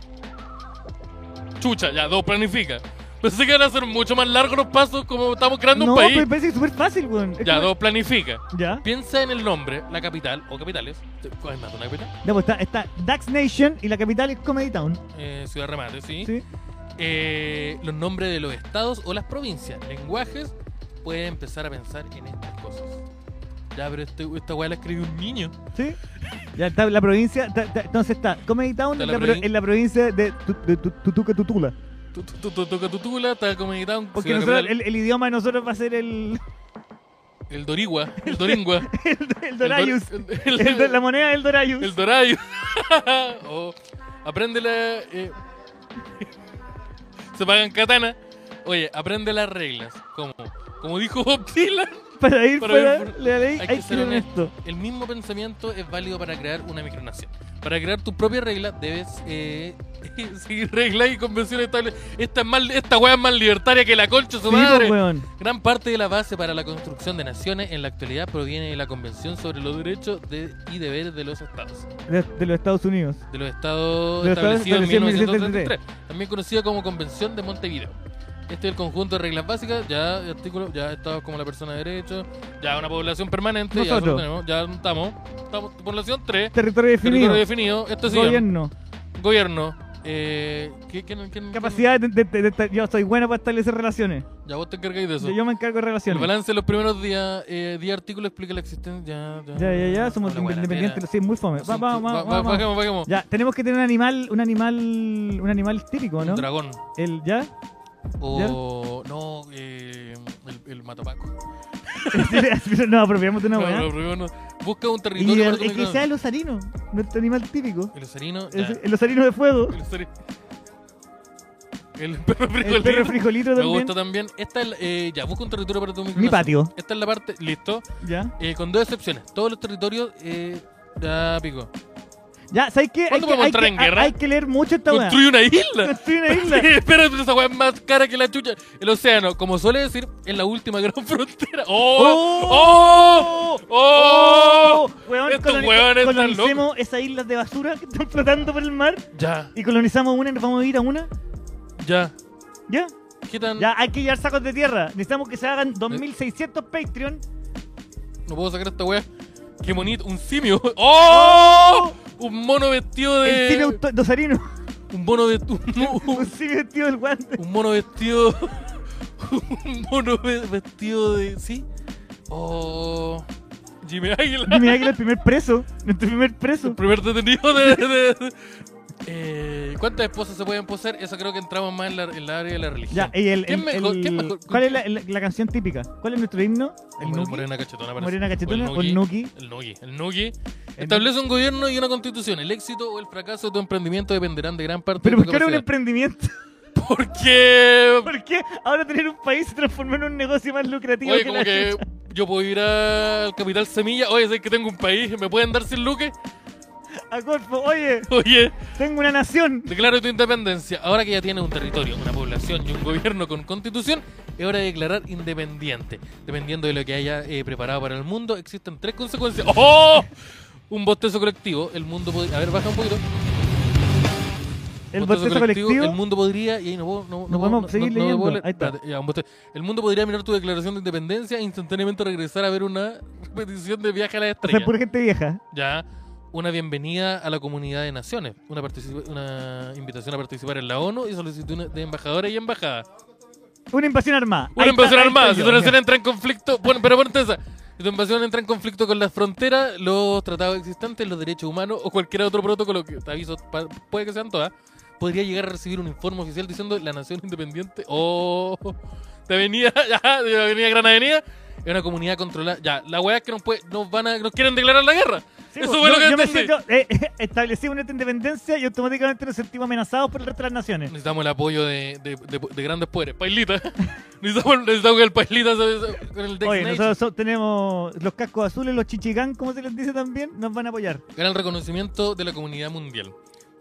Speaker 2: Chucha, ya, dos, planifica. Pensé que van a ser mucho más largos los pasos como estamos creando
Speaker 1: No,
Speaker 2: un país.
Speaker 1: pero parece que es súper fácil, weón. Es
Speaker 2: Ya,
Speaker 1: como-
Speaker 2: dos, planifica.
Speaker 1: Ya.
Speaker 2: Piensa en el nombre, la capital o capitales. ¿Cuál es más de una capital?
Speaker 1: Ya, pues está, está Dax Nation y la capital es Comedy Town.
Speaker 2: Eh, Ciudad Remate, ¿sí?
Speaker 1: Sí.
Speaker 2: Eh, los nombres de los estados o las provincias, lenguajes. Puedes empezar a pensar en estas cosas. Ya, pero este- esta weá la escribió un niño.
Speaker 1: Sí. Ya está la provincia. está- está- entonces está Comedy Town
Speaker 2: Está
Speaker 1: en
Speaker 2: la
Speaker 1: la, pro-
Speaker 2: provin-
Speaker 1: en la provincia de, Tu- de Tu- Tutuca Tutula.
Speaker 2: Tu- tu- tu- tu- tu- tu- tu- la, está comentado un
Speaker 1: Porque nosotros, el, el idioma de nosotros va a ser el.
Speaker 2: El Dorigua, el Doringua.
Speaker 1: El, el Dorayus.
Speaker 2: El,
Speaker 1: El,
Speaker 2: el- el-
Speaker 1: de- la moneda del Dorayus.
Speaker 2: el Dorayus. o aprende la. eh, se pagan katana. Oye, aprende las reglas. Como, como dijo Bob Dylan,
Speaker 1: para ir
Speaker 2: para
Speaker 1: fuera
Speaker 2: ver-
Speaker 1: de la ley
Speaker 2: hay
Speaker 1: hay,
Speaker 2: que
Speaker 1: que
Speaker 2: ser
Speaker 1: ser honesto.
Speaker 2: el mismo pensamiento es válido para crear una micronación. Para crear tu propia regla, debes eh, seguir reglas y convenciones estables. Esta, es más- esta weá es más libertaria que la concha de su
Speaker 1: Sí, pues,
Speaker 2: madre.
Speaker 1: weón.
Speaker 2: Gran parte de la base para la construcción de naciones en la actualidad proviene de la Convención sobre los Derechos de- y Deberes de los Estados,
Speaker 1: De, de los Estados Unidos.
Speaker 2: de los Estados
Speaker 1: De los Estados
Speaker 2: establecidos en
Speaker 1: establecidos en
Speaker 2: 1933, también conocida como Convención de Montevideo. Este es el conjunto de reglas básicas, ya artículo, ya Estados como la persona de derecho, ya una población permanente, ya
Speaker 1: Nosotros.
Speaker 2: tenemos, ya estamos, estamos población 3,
Speaker 1: Territorio definido.
Speaker 2: territorio definido, esto sí, gobierno,
Speaker 1: gobierno.
Speaker 2: eh, ¿qué- quién- quién-
Speaker 1: Capacidad de, de- de- de- Yo soy bueno para establecer relaciones.
Speaker 2: quién- ya vos te encargáis de eso.
Speaker 1: Yo, yo me encargo de
Speaker 2: El
Speaker 1: relaciones.
Speaker 2: balance de los primeros días, eh, día artículo explica la existencia. Ya,
Speaker 1: Ya, ya, ya. Somos
Speaker 2: Hola, buena,
Speaker 1: independientes.
Speaker 2: tela.
Speaker 1: Sí, muy fome. Va, va, va,
Speaker 2: Va-
Speaker 1: va, va.
Speaker 2: va- Bajemos, bajemos.
Speaker 1: Ya, tenemos que tener un animal, un animal, un animal histérico, ¿no?
Speaker 2: Un dragón.
Speaker 1: El, ¿Ya?
Speaker 2: O. No, eh, el, el matopaco.
Speaker 1: Pero Nos apropiamos de una
Speaker 2: No,
Speaker 1: weá.
Speaker 2: no, primero no. Busca un
Speaker 1: Y
Speaker 2: territorio.
Speaker 1: el,
Speaker 2: para tu
Speaker 1: el que
Speaker 2: micro-
Speaker 1: sea el osarino, nuestro animal típico.
Speaker 2: El osarino. ya.
Speaker 1: El, el osarino de fuego.
Speaker 2: El osarino. El perro
Speaker 1: El perro
Speaker 2: frijolero.
Speaker 1: frijolito
Speaker 2: Me
Speaker 1: también.
Speaker 2: gusta también. Esta es la- eh, ya, busca un territorio para tu micro.
Speaker 1: Mi patio.
Speaker 2: Esta es la parte. Listo.
Speaker 1: Ya.
Speaker 2: Eh, con dos excepciones. Todos los territorios. Eh, ya pico.
Speaker 1: Ya, ¿sabes qué? Hay
Speaker 2: ¿Cuándo
Speaker 1: que,
Speaker 2: vamos a
Speaker 1: hay,
Speaker 2: entrar
Speaker 1: que,
Speaker 2: en
Speaker 1: hay-
Speaker 2: guerra?
Speaker 1: hay que leer mucho esta weá.
Speaker 2: Construye una isla.
Speaker 1: Construir una isla.
Speaker 2: Sí, espera, pero esa weá es más cara que la chucha. El océano, como suele decir, es la última gran frontera. ¡Oh! ¡Oh! ¡Oh!
Speaker 1: Oh, Weón,
Speaker 2: Estos
Speaker 1: coloni-
Speaker 2: weones están
Speaker 1: colonicemos esas islas de basura que están flotando por el mar
Speaker 2: Ya,
Speaker 1: y colonizamos una y nos vamos a ir a una.
Speaker 2: ya.
Speaker 1: ¿Ya?
Speaker 2: ¿Qué tan.?
Speaker 1: Ya, hay que llevar sacos de tierra. Necesitamos que se hagan 2.600 Patreon.
Speaker 2: No puedo sacar esta weá. Qué bonito, un simio. ¡Oh! Un mono vestido
Speaker 1: El cine
Speaker 2: de.
Speaker 1: auto- dosarino.
Speaker 2: Un mono de. Un,
Speaker 1: Un cine vestido del guante.
Speaker 2: un mono vestido. Un mono ve- vestido de. ¿Sí? Oh. Jimmy Águila.
Speaker 1: Jimmy Águila, el primer preso. Nuestro primer preso.
Speaker 2: El primer detenido de. de- de- Eh, ¿Cuántas esposas se pueden poseer? Eso creo que entramos más en la, en la área de la religión.
Speaker 1: Ya, y el,
Speaker 2: ¿Quién
Speaker 1: el-
Speaker 2: mejor-
Speaker 1: el-
Speaker 2: quién mejor?
Speaker 1: ¿Cuál es la, la- la canción típica? ¿Cuál es nuestro himno?
Speaker 2: El
Speaker 1: Nuki?
Speaker 2: Morena Cachetona parece.
Speaker 1: Morena Cachetona
Speaker 2: O
Speaker 1: o el Nuki.
Speaker 2: El Nuki. El Nuki.
Speaker 1: El-
Speaker 2: Establece un gobierno y una constitución. El éxito o el fracaso de tu emprendimiento dependerán de gran parte
Speaker 1: Pero
Speaker 2: de
Speaker 1: ¿por
Speaker 2: tu
Speaker 1: qué ahora un
Speaker 2: capacidad.
Speaker 1: emprendimiento?
Speaker 2: Porque...
Speaker 1: ¿Por qué ahora tener un país se transformó en un negocio más lucrativo
Speaker 2: Oye,
Speaker 1: que
Speaker 2: como
Speaker 1: la
Speaker 2: que
Speaker 1: chucha?
Speaker 2: yo puedo ir al Capital Semilla. Oye, sé que tengo un país. ¿Me pueden dar sin luque?
Speaker 1: A Corfo, oye,
Speaker 2: Oye,
Speaker 1: tengo una nación.
Speaker 2: declaro tu independencia. Ahora que ya tienes un territorio, una población y un gobierno con constitución, es hora de declarar independiente. Dependiendo de lo que haya eh, preparado para el mundo, existen tres consecuencias. ¡Oh! Un bostezo colectivo. El mundo puede... A ver, baja un poquito.
Speaker 1: El bostezo colectivo.
Speaker 2: El mundo podría. Y ahí no puedo. No, no,
Speaker 1: No podemos
Speaker 2: no-
Speaker 1: seguir
Speaker 2: no- no
Speaker 1: leyendo.
Speaker 2: puedo leer.
Speaker 1: Ahí está.
Speaker 2: Espérate, ya, un bostezo. el mundo podría mirar tu declaración de independencia e instantáneamente regresar a ver una repetición de viaje a la
Speaker 1: O sea,
Speaker 2: estrella.
Speaker 1: pura gente vieja.
Speaker 2: Ya. Una bienvenida a la comunidad de naciones. Una, participa- una invitación a participar en la ONU y solicitud una- de embajadores y embajadas.
Speaker 1: Una invasión armada.
Speaker 2: Una
Speaker 1: Ahí está,
Speaker 2: invasión
Speaker 1: ahí
Speaker 2: armada. Si
Speaker 1: estoy
Speaker 2: tu
Speaker 1: yo.
Speaker 2: nación entra en conflicto. Bueno, pero ponte esa. Si tu invasión entra en conflicto con las fronteras, los tratados existentes, los derechos humanos o cualquier otro protocolo que te aviso, pa- puede que sean todas, podría llegar a recibir un informe oficial diciendo la nación independiente o de avenida, ya, de avenida Gran Avenida, es una comunidad controlada. Ya, la weá es que nos, puede- nos van a, nos quieren declarar la guerra.
Speaker 1: Sí,
Speaker 2: Eso
Speaker 1: pues,
Speaker 2: fue lo
Speaker 1: yo-
Speaker 2: que
Speaker 1: yo me
Speaker 2: entendí.
Speaker 1: siento- eh, eh, establecimos nuestra independencia y automáticamente nos sentimos amenazados por el resto de las naciones.
Speaker 2: Necesitamos el apoyo de, de- de- de grandes poderes. Pailita. Necesitamos, necesitamos que el Pailita se- se- con el Dex
Speaker 1: Oye,
Speaker 2: Nation.
Speaker 1: nosotros so- tenemos los cascos azules, los chichigán, como se les dice también, nos van a apoyar.
Speaker 2: gana el reconocimiento de la comunidad mundial.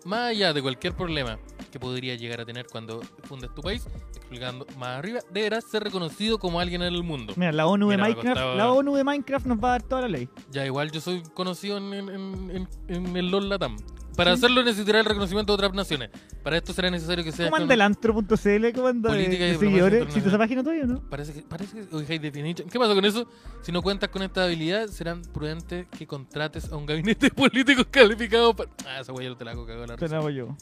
Speaker 2: Más allá de cualquier problema que podría llegar a tener cuando fundes tu país, explicando más arriba, deberás ser reconocido como alguien en el mundo.
Speaker 1: Mira, la ONU de
Speaker 2: Mira, me
Speaker 1: Minecraft,
Speaker 2: costaba-
Speaker 1: la ONU de Minecraft nos va a dar toda la ley.
Speaker 2: Ya igual yo soy conocido en, en- en- en- en el LOL Latam. Para hacerlo necesitará el reconocimiento de otras naciones. Para esto será necesario que sea...
Speaker 1: ¿Cómo anda el antro.cl? ¿Cómo anda de,
Speaker 2: Política y
Speaker 1: de
Speaker 2: diplomacia
Speaker 1: seguidores?
Speaker 2: internacional.
Speaker 1: Si esa página todavía, ¿no?
Speaker 2: Parece que, parece que hoy hay definition. ¿Qué pasó con eso? Si no cuentas con esta habilidad, serán prudentes que contrates a un gabinete político calificado para... Ah, esa wea yo te la hago cagó la
Speaker 1: Te
Speaker 2: risa.
Speaker 1: la hago yo.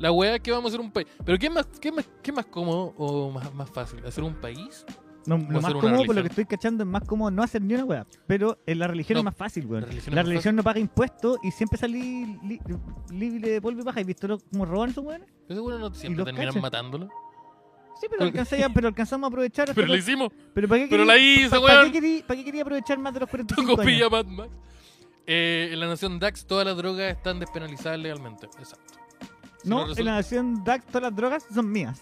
Speaker 2: La weá es que vamos a hacer un país. Pero ¿qué es más, qué es más, qué es más cómodo o más, más fácil? ¿Hacer un país?
Speaker 1: No,
Speaker 2: Voy a
Speaker 1: lo más
Speaker 2: hacer una
Speaker 1: cómodo, por lo
Speaker 2: religión.
Speaker 1: que estoy cachando, es más cómodo no hacer ni una weá. Pero en la religión
Speaker 2: No,
Speaker 1: es más fácil, weón.
Speaker 2: la
Speaker 1: La
Speaker 2: religión
Speaker 1: religión,
Speaker 2: es más
Speaker 1: no paga impuestos y siempre salí li- libre de polvo y paja. ¿Has visto lo- cómo roban esos weones?
Speaker 2: Pero seguro no siempre
Speaker 1: los
Speaker 2: terminan
Speaker 1: cachas.
Speaker 2: matándolo.
Speaker 1: Sí, pero, alcancé a- pero alcanzamos a aprovechar. hasta
Speaker 2: Pero lo
Speaker 1: los-
Speaker 2: hicimos.
Speaker 1: pero ¿para qué
Speaker 2: Pero
Speaker 1: querí-
Speaker 2: la hice,
Speaker 1: pa- ¿Para qué
Speaker 2: weón.
Speaker 1: quería, para qué quería aprovechar más de los 45
Speaker 2: Copilla
Speaker 1: años?
Speaker 2: Mad Max. Eh, en la nación DAX todas las drogas están despenalizadas legalmente. Exacto. Si
Speaker 1: No, en
Speaker 2: resulta-
Speaker 1: la nación DAC todas las drogas son mías.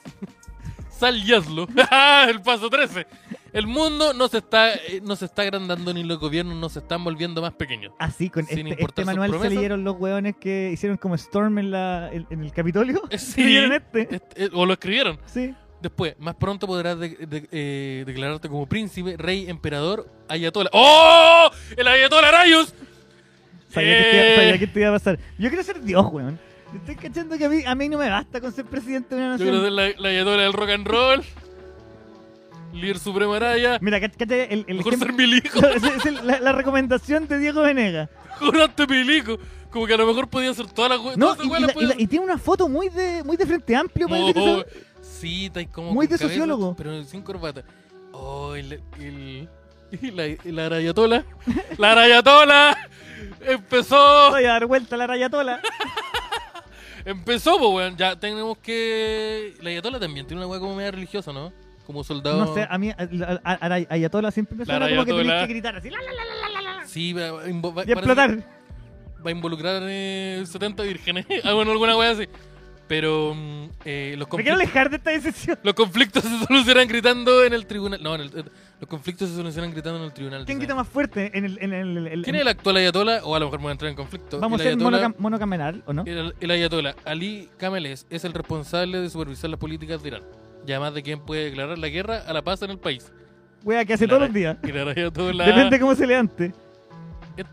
Speaker 2: Sal y hazlo. El paso 13. El mundo no se está, eh, no se está agrandando ni los gobiernos no se están volviendo más pequeños.
Speaker 1: Así, con
Speaker 2: Sin
Speaker 1: este, este
Speaker 2: importar sus
Speaker 1: manual se
Speaker 2: promesas.
Speaker 1: leyeron los weones que hicieron como Storm en, la, en, en el Capitolio.
Speaker 2: Eh,
Speaker 1: Se
Speaker 2: sí.
Speaker 1: leyeron este.
Speaker 2: Este, eh, o lo escribieron.
Speaker 1: Sí.
Speaker 2: Después, más pronto podrás de- de- eh, declararte como príncipe, rey, emperador, ayatola. ¡Oh! ¡El ayatola Rayos!
Speaker 1: Sabía, que esto iba-
Speaker 2: Eh.
Speaker 1: sabía que esto iba a pasar. Yo quiero ser Dios, weón. Estoy cachando que a mí, a mí no me basta con ser presidente de una
Speaker 2: Eh, Yo creo que
Speaker 1: nación.
Speaker 2: es la, la ayatola del rock and roll. Líder Suprema Araya.
Speaker 1: Mira, cach- cacha el, el
Speaker 2: Mejor ser
Speaker 1: ejemplo-
Speaker 2: milico.
Speaker 1: es- es el- la, la recomendación de Diego Venega.
Speaker 2: Juraste milico. Como que a lo mejor podía hacer todas las we-
Speaker 1: No, y,
Speaker 2: todas esas
Speaker 1: y
Speaker 2: weas
Speaker 1: la-
Speaker 2: las
Speaker 1: y
Speaker 2: podía
Speaker 1: la- y tiene una foto muy de, muy de frente amplio. parece que
Speaker 2: pues. Oh,
Speaker 1: son-
Speaker 2: sí, está ahí como.
Speaker 1: Muy
Speaker 2: con
Speaker 1: de
Speaker 2: cabeza,
Speaker 1: sociólogo.
Speaker 2: Pero sin corbata. Oh, el. el, y la, y la arayatola. ¡La arayatola! Empezó.
Speaker 1: Voy a dar vuelta a la rayatola.
Speaker 2: Empezó, pues, weón. Ya tenemos que. La ayatola también tiene una weá como media religiosa, ¿no? Como soldado.
Speaker 1: No sé, a mí, a, a, a- a- Ayatola siempre me
Speaker 2: La
Speaker 1: suena como que
Speaker 2: Ayatola.
Speaker 1: tenés que gritar así. la, la, la, la, la, la, la,
Speaker 2: Sí, va, va- invo- va-
Speaker 1: Y explotar.
Speaker 2: va a involucrar eh, 70 vírgenes. Ah, bueno, alguna weá así. Pero. mm, eh, los
Speaker 1: Me quiero
Speaker 2: conflictos.
Speaker 1: alejar de esta decisión.
Speaker 2: Los conflictos se solucionan gritando en el tribunal. No, en el- eh, los conflictos se solucionan gritando en el tribunal.
Speaker 1: ¿Quién
Speaker 2: dicen.
Speaker 1: grita más fuerte? En el, en el, en el-
Speaker 2: ¿Quién es el actual ayatola? O a lo mejor vamos a entrar en conflicto.
Speaker 1: Vamos a
Speaker 2: el
Speaker 1: ser
Speaker 2: ayatolá-
Speaker 1: monocam- monocameral, ¿o no?
Speaker 2: el, el ayatolá Ali Khamenei es el responsable de supervisar las políticas de Irán. Y además de quien puede declarar la guerra a la paz en el país.
Speaker 1: Wea, que hace
Speaker 2: La
Speaker 1: todos
Speaker 2: ra-
Speaker 1: los días.
Speaker 2: Gran ayatolá.
Speaker 1: Depende cómo se levante.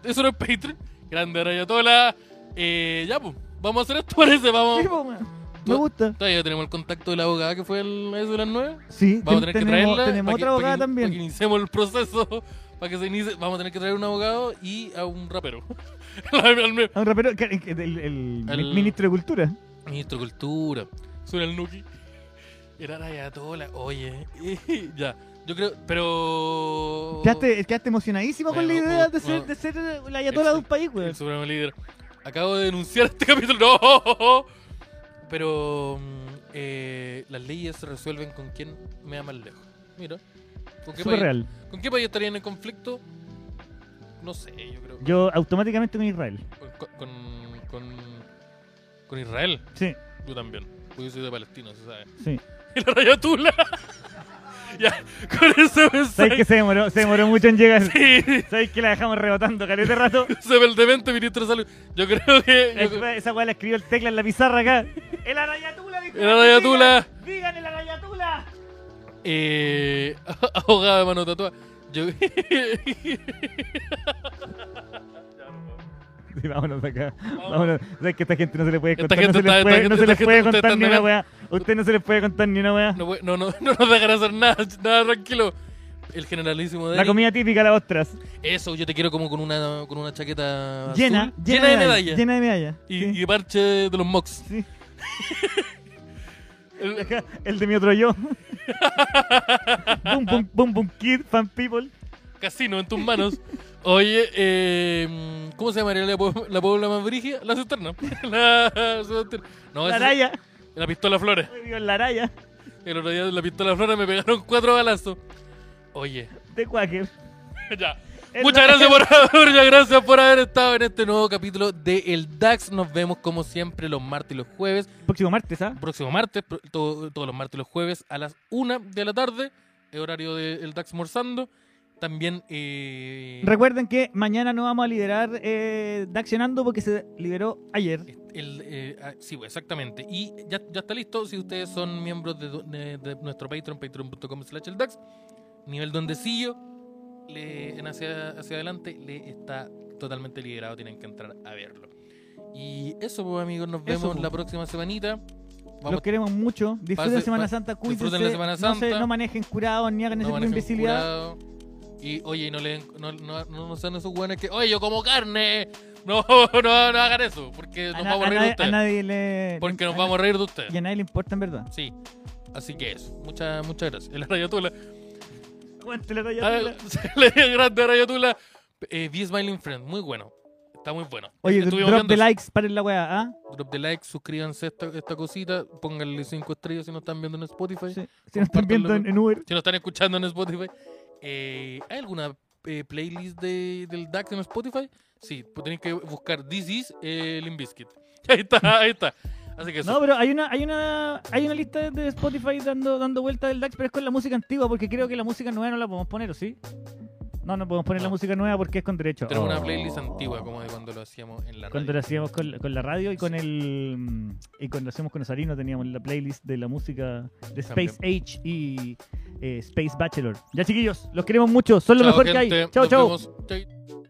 Speaker 2: Eso no es Patreon. Grande ayatolá. Eh, ya, pues. Vamos a hacer esto, parece. Vamos.
Speaker 1: Sí, po, weón.
Speaker 2: Tú-
Speaker 1: Me gusta.
Speaker 2: Todavía tenemos el contacto de la abogada que fue el eso de las nueve.
Speaker 1: Sí,
Speaker 2: Vamos a
Speaker 1: ten-
Speaker 2: tener que
Speaker 1: tenemos,
Speaker 2: traerla.
Speaker 1: tenemos
Speaker 2: pa' que-
Speaker 1: otra
Speaker 2: pa' que-
Speaker 1: abogada
Speaker 2: pa' que
Speaker 1: también.
Speaker 2: iniciemos el proceso. para que se inicie, vamos a tener que traer un abogado y a un rapero. Al me-
Speaker 1: A Ah, un rapero, que- que- el, el
Speaker 2: El-
Speaker 1: ministro de Cultura.
Speaker 2: Ministro de Cultura. Suena el Nuki. Era Rayatola. Oye. ya. Yo creo. Pero.
Speaker 1: Quedaste, quedaste emocionadísimo con la
Speaker 2: Bueno,
Speaker 1: idea
Speaker 2: bueno,
Speaker 1: de ser,
Speaker 2: bueno.
Speaker 1: de ser la ayatola de un país, weón.
Speaker 2: El supremo líder. Acabo de denunciar este capítulo. ¡No! Pero. mm, eh, las leyes se resuelven con quien me da más lejos. Mira. ¿Con qué,
Speaker 1: Súper
Speaker 2: país,
Speaker 1: real.
Speaker 2: ¿Con qué país estarían en conflicto? No sé, yo creo.
Speaker 1: Yo automáticamente con Israel.
Speaker 2: Con, con, con- con Israel.
Speaker 1: Sí,
Speaker 2: Yo también. Porque yo soy de Palestina, se sabe.
Speaker 1: sí.
Speaker 2: Y la rayatula. ya, con ese
Speaker 1: Sabes que
Speaker 2: mensaje.
Speaker 1: se demoró, se demoró mucho en llegar.
Speaker 2: Sí,
Speaker 1: Sabes que la dejamos rebotando caleta de rato.
Speaker 2: se ve el demente, ministro de salud. Yo creo que. yo-
Speaker 1: Esa weá la escribió el tecla en la pizarra acá. El arayatula, dijo.
Speaker 2: El Arayatula.
Speaker 1: Digan, digan el arayatula.
Speaker 2: eh, ahogada de mano tatuada. Yo.
Speaker 1: Sí, vámonos de acá. Vámonos. Sabes que esta gente no se le puede
Speaker 2: Esta
Speaker 1: contar. no
Speaker 2: gente
Speaker 1: se les
Speaker 2: está-
Speaker 1: puede,
Speaker 2: esta
Speaker 1: no se
Speaker 2: gente-
Speaker 1: les
Speaker 2: esta
Speaker 1: puede
Speaker 2: gente
Speaker 1: contar
Speaker 2: está
Speaker 1: ni una
Speaker 2: tan-
Speaker 1: weá. Usted no se les puede contar ni una weá.
Speaker 2: no, voy- no, no, no nos dejan hacer nada, nada tranquilo. El generalísimo de.
Speaker 1: La comida típica, las ostras.
Speaker 2: Eso, yo te quiero como con una, con una chaqueta.
Speaker 1: Llena,
Speaker 2: azul,
Speaker 1: llena,
Speaker 2: Ah, de medallas.
Speaker 1: Llena de medallas.
Speaker 2: Y,
Speaker 1: sí.
Speaker 2: y parche de los mocks.
Speaker 1: Sí.
Speaker 2: El-
Speaker 1: Acá, El de mi otro yo. boom, boom, boom, boom, kid, fan people.
Speaker 2: casino en tus manos. Oye, eh, ¿cómo se llamaría la, po- la pobla más brígida? La cisterna. La, no,
Speaker 1: La
Speaker 2: esa-
Speaker 1: araya.
Speaker 2: la pistola Flores.
Speaker 1: Me vio en la araya
Speaker 2: El otro día de la pistola Flores me pegaron cuatro balazos. Oye,
Speaker 1: de Quaker.
Speaker 2: ya.
Speaker 1: En
Speaker 2: Muchas
Speaker 1: la-
Speaker 2: gracias, por, muchas gracias por haber estado en este nuevo capítulo de El DAX. Nos vemos como siempre los martes y los jueves.
Speaker 1: Próximo martes, ¿ah?
Speaker 2: Próximo martes, pro- todo- todos los martes y los jueves a las 1 de la tarde, el horario del DAX Morzando. También... eh,
Speaker 1: Recuerden que mañana no vamos a liderar eh, Daccionando porque se liberó ayer.
Speaker 2: El, eh, ah, sí, pues, exactamente. Y ya, ya está listo. Si ustedes son miembros de, do- de- de nuestro Patreon, patreon.com slash el DAX, nivel dondecillo, le, en hacia, hacia adelante, le está totalmente liberado. Tienen que entrar a verlo. Y eso, pues, amigos, nos vemos
Speaker 1: pues.
Speaker 2: la próxima semanita. Vamos,
Speaker 1: Los queremos mucho. Disfruten
Speaker 2: Pase-
Speaker 1: Semana
Speaker 2: pa-
Speaker 1: Santa, cuídense.
Speaker 2: disfruten la Semana
Speaker 1: No, se-
Speaker 2: Santa.
Speaker 1: no manejen curados ni hagan
Speaker 2: no
Speaker 1: ese tipo de
Speaker 2: manejen
Speaker 1: imbecilidad.
Speaker 2: curado. Y oye, y no, le, den- no, no, no, no sean esos hueones que, oye, yo como carne. No, no, no hagan eso, porque
Speaker 1: A,
Speaker 2: nos
Speaker 1: na-
Speaker 2: vamos
Speaker 1: a
Speaker 2: a reír de
Speaker 1: nadie, a
Speaker 2: ustedes.
Speaker 1: nadie le.
Speaker 2: Porque nos
Speaker 1: a-
Speaker 2: vamos a reír de ustedes.
Speaker 1: Y a nadie le importa, en verdad.
Speaker 2: Sí. Así que eso. Muchas, muchas gracias. El Rayatula.
Speaker 1: Aguante la
Speaker 2: Ah,
Speaker 1: rayatula.
Speaker 2: El grande Rayatula. Eh, Be Smiling Friend. Muy bueno. Está muy bueno.
Speaker 1: Oye,
Speaker 2: Estuvimos
Speaker 1: drop
Speaker 2: viendo
Speaker 1: de
Speaker 2: eso.
Speaker 1: likes, paren la weá, ¿ah?
Speaker 2: Drop de like. Suscríbanse a esta, esta cosita. Pónganle 5 estrellas si nos están viendo en Spotify.
Speaker 1: Sí. Si nos están
Speaker 2: Compártanlo
Speaker 1: viendo en,
Speaker 2: con-
Speaker 1: en Uber.
Speaker 2: Si nos están escuchando en Spotify. Eh, ¿Hay alguna eh, playlist de- del DAX en Spotify? Sí. Pues tenéis que buscar This is eh, Limp Bizkit. Ahí está, ahí está. Así que eso.
Speaker 1: No, pero hay una, hay una, hay una lista de Spotify dando, dando vuelta del DAX, pero es con la música antigua, porque creo que la música nueva no la podemos poner, ¿o sí? No, no podemos poner la
Speaker 2: No.
Speaker 1: música nueva porque es con derecho.
Speaker 2: Tenemos una
Speaker 1: Oh.
Speaker 2: playlist antigua como de cuando lo hacíamos en la radio.
Speaker 1: Cuando lo hacíamos con, con la radio y con el mm, y cuando lo hacíamos con Osarino teníamos la playlist de la música de Space Age y eh, Space Bachelor. Ya chiquillos, los queremos mucho, son lo
Speaker 2: Chao,
Speaker 1: mejor que
Speaker 2: gente.
Speaker 1: hay. Chao,
Speaker 2: Nos
Speaker 1: chao.
Speaker 2: vemos. Chao.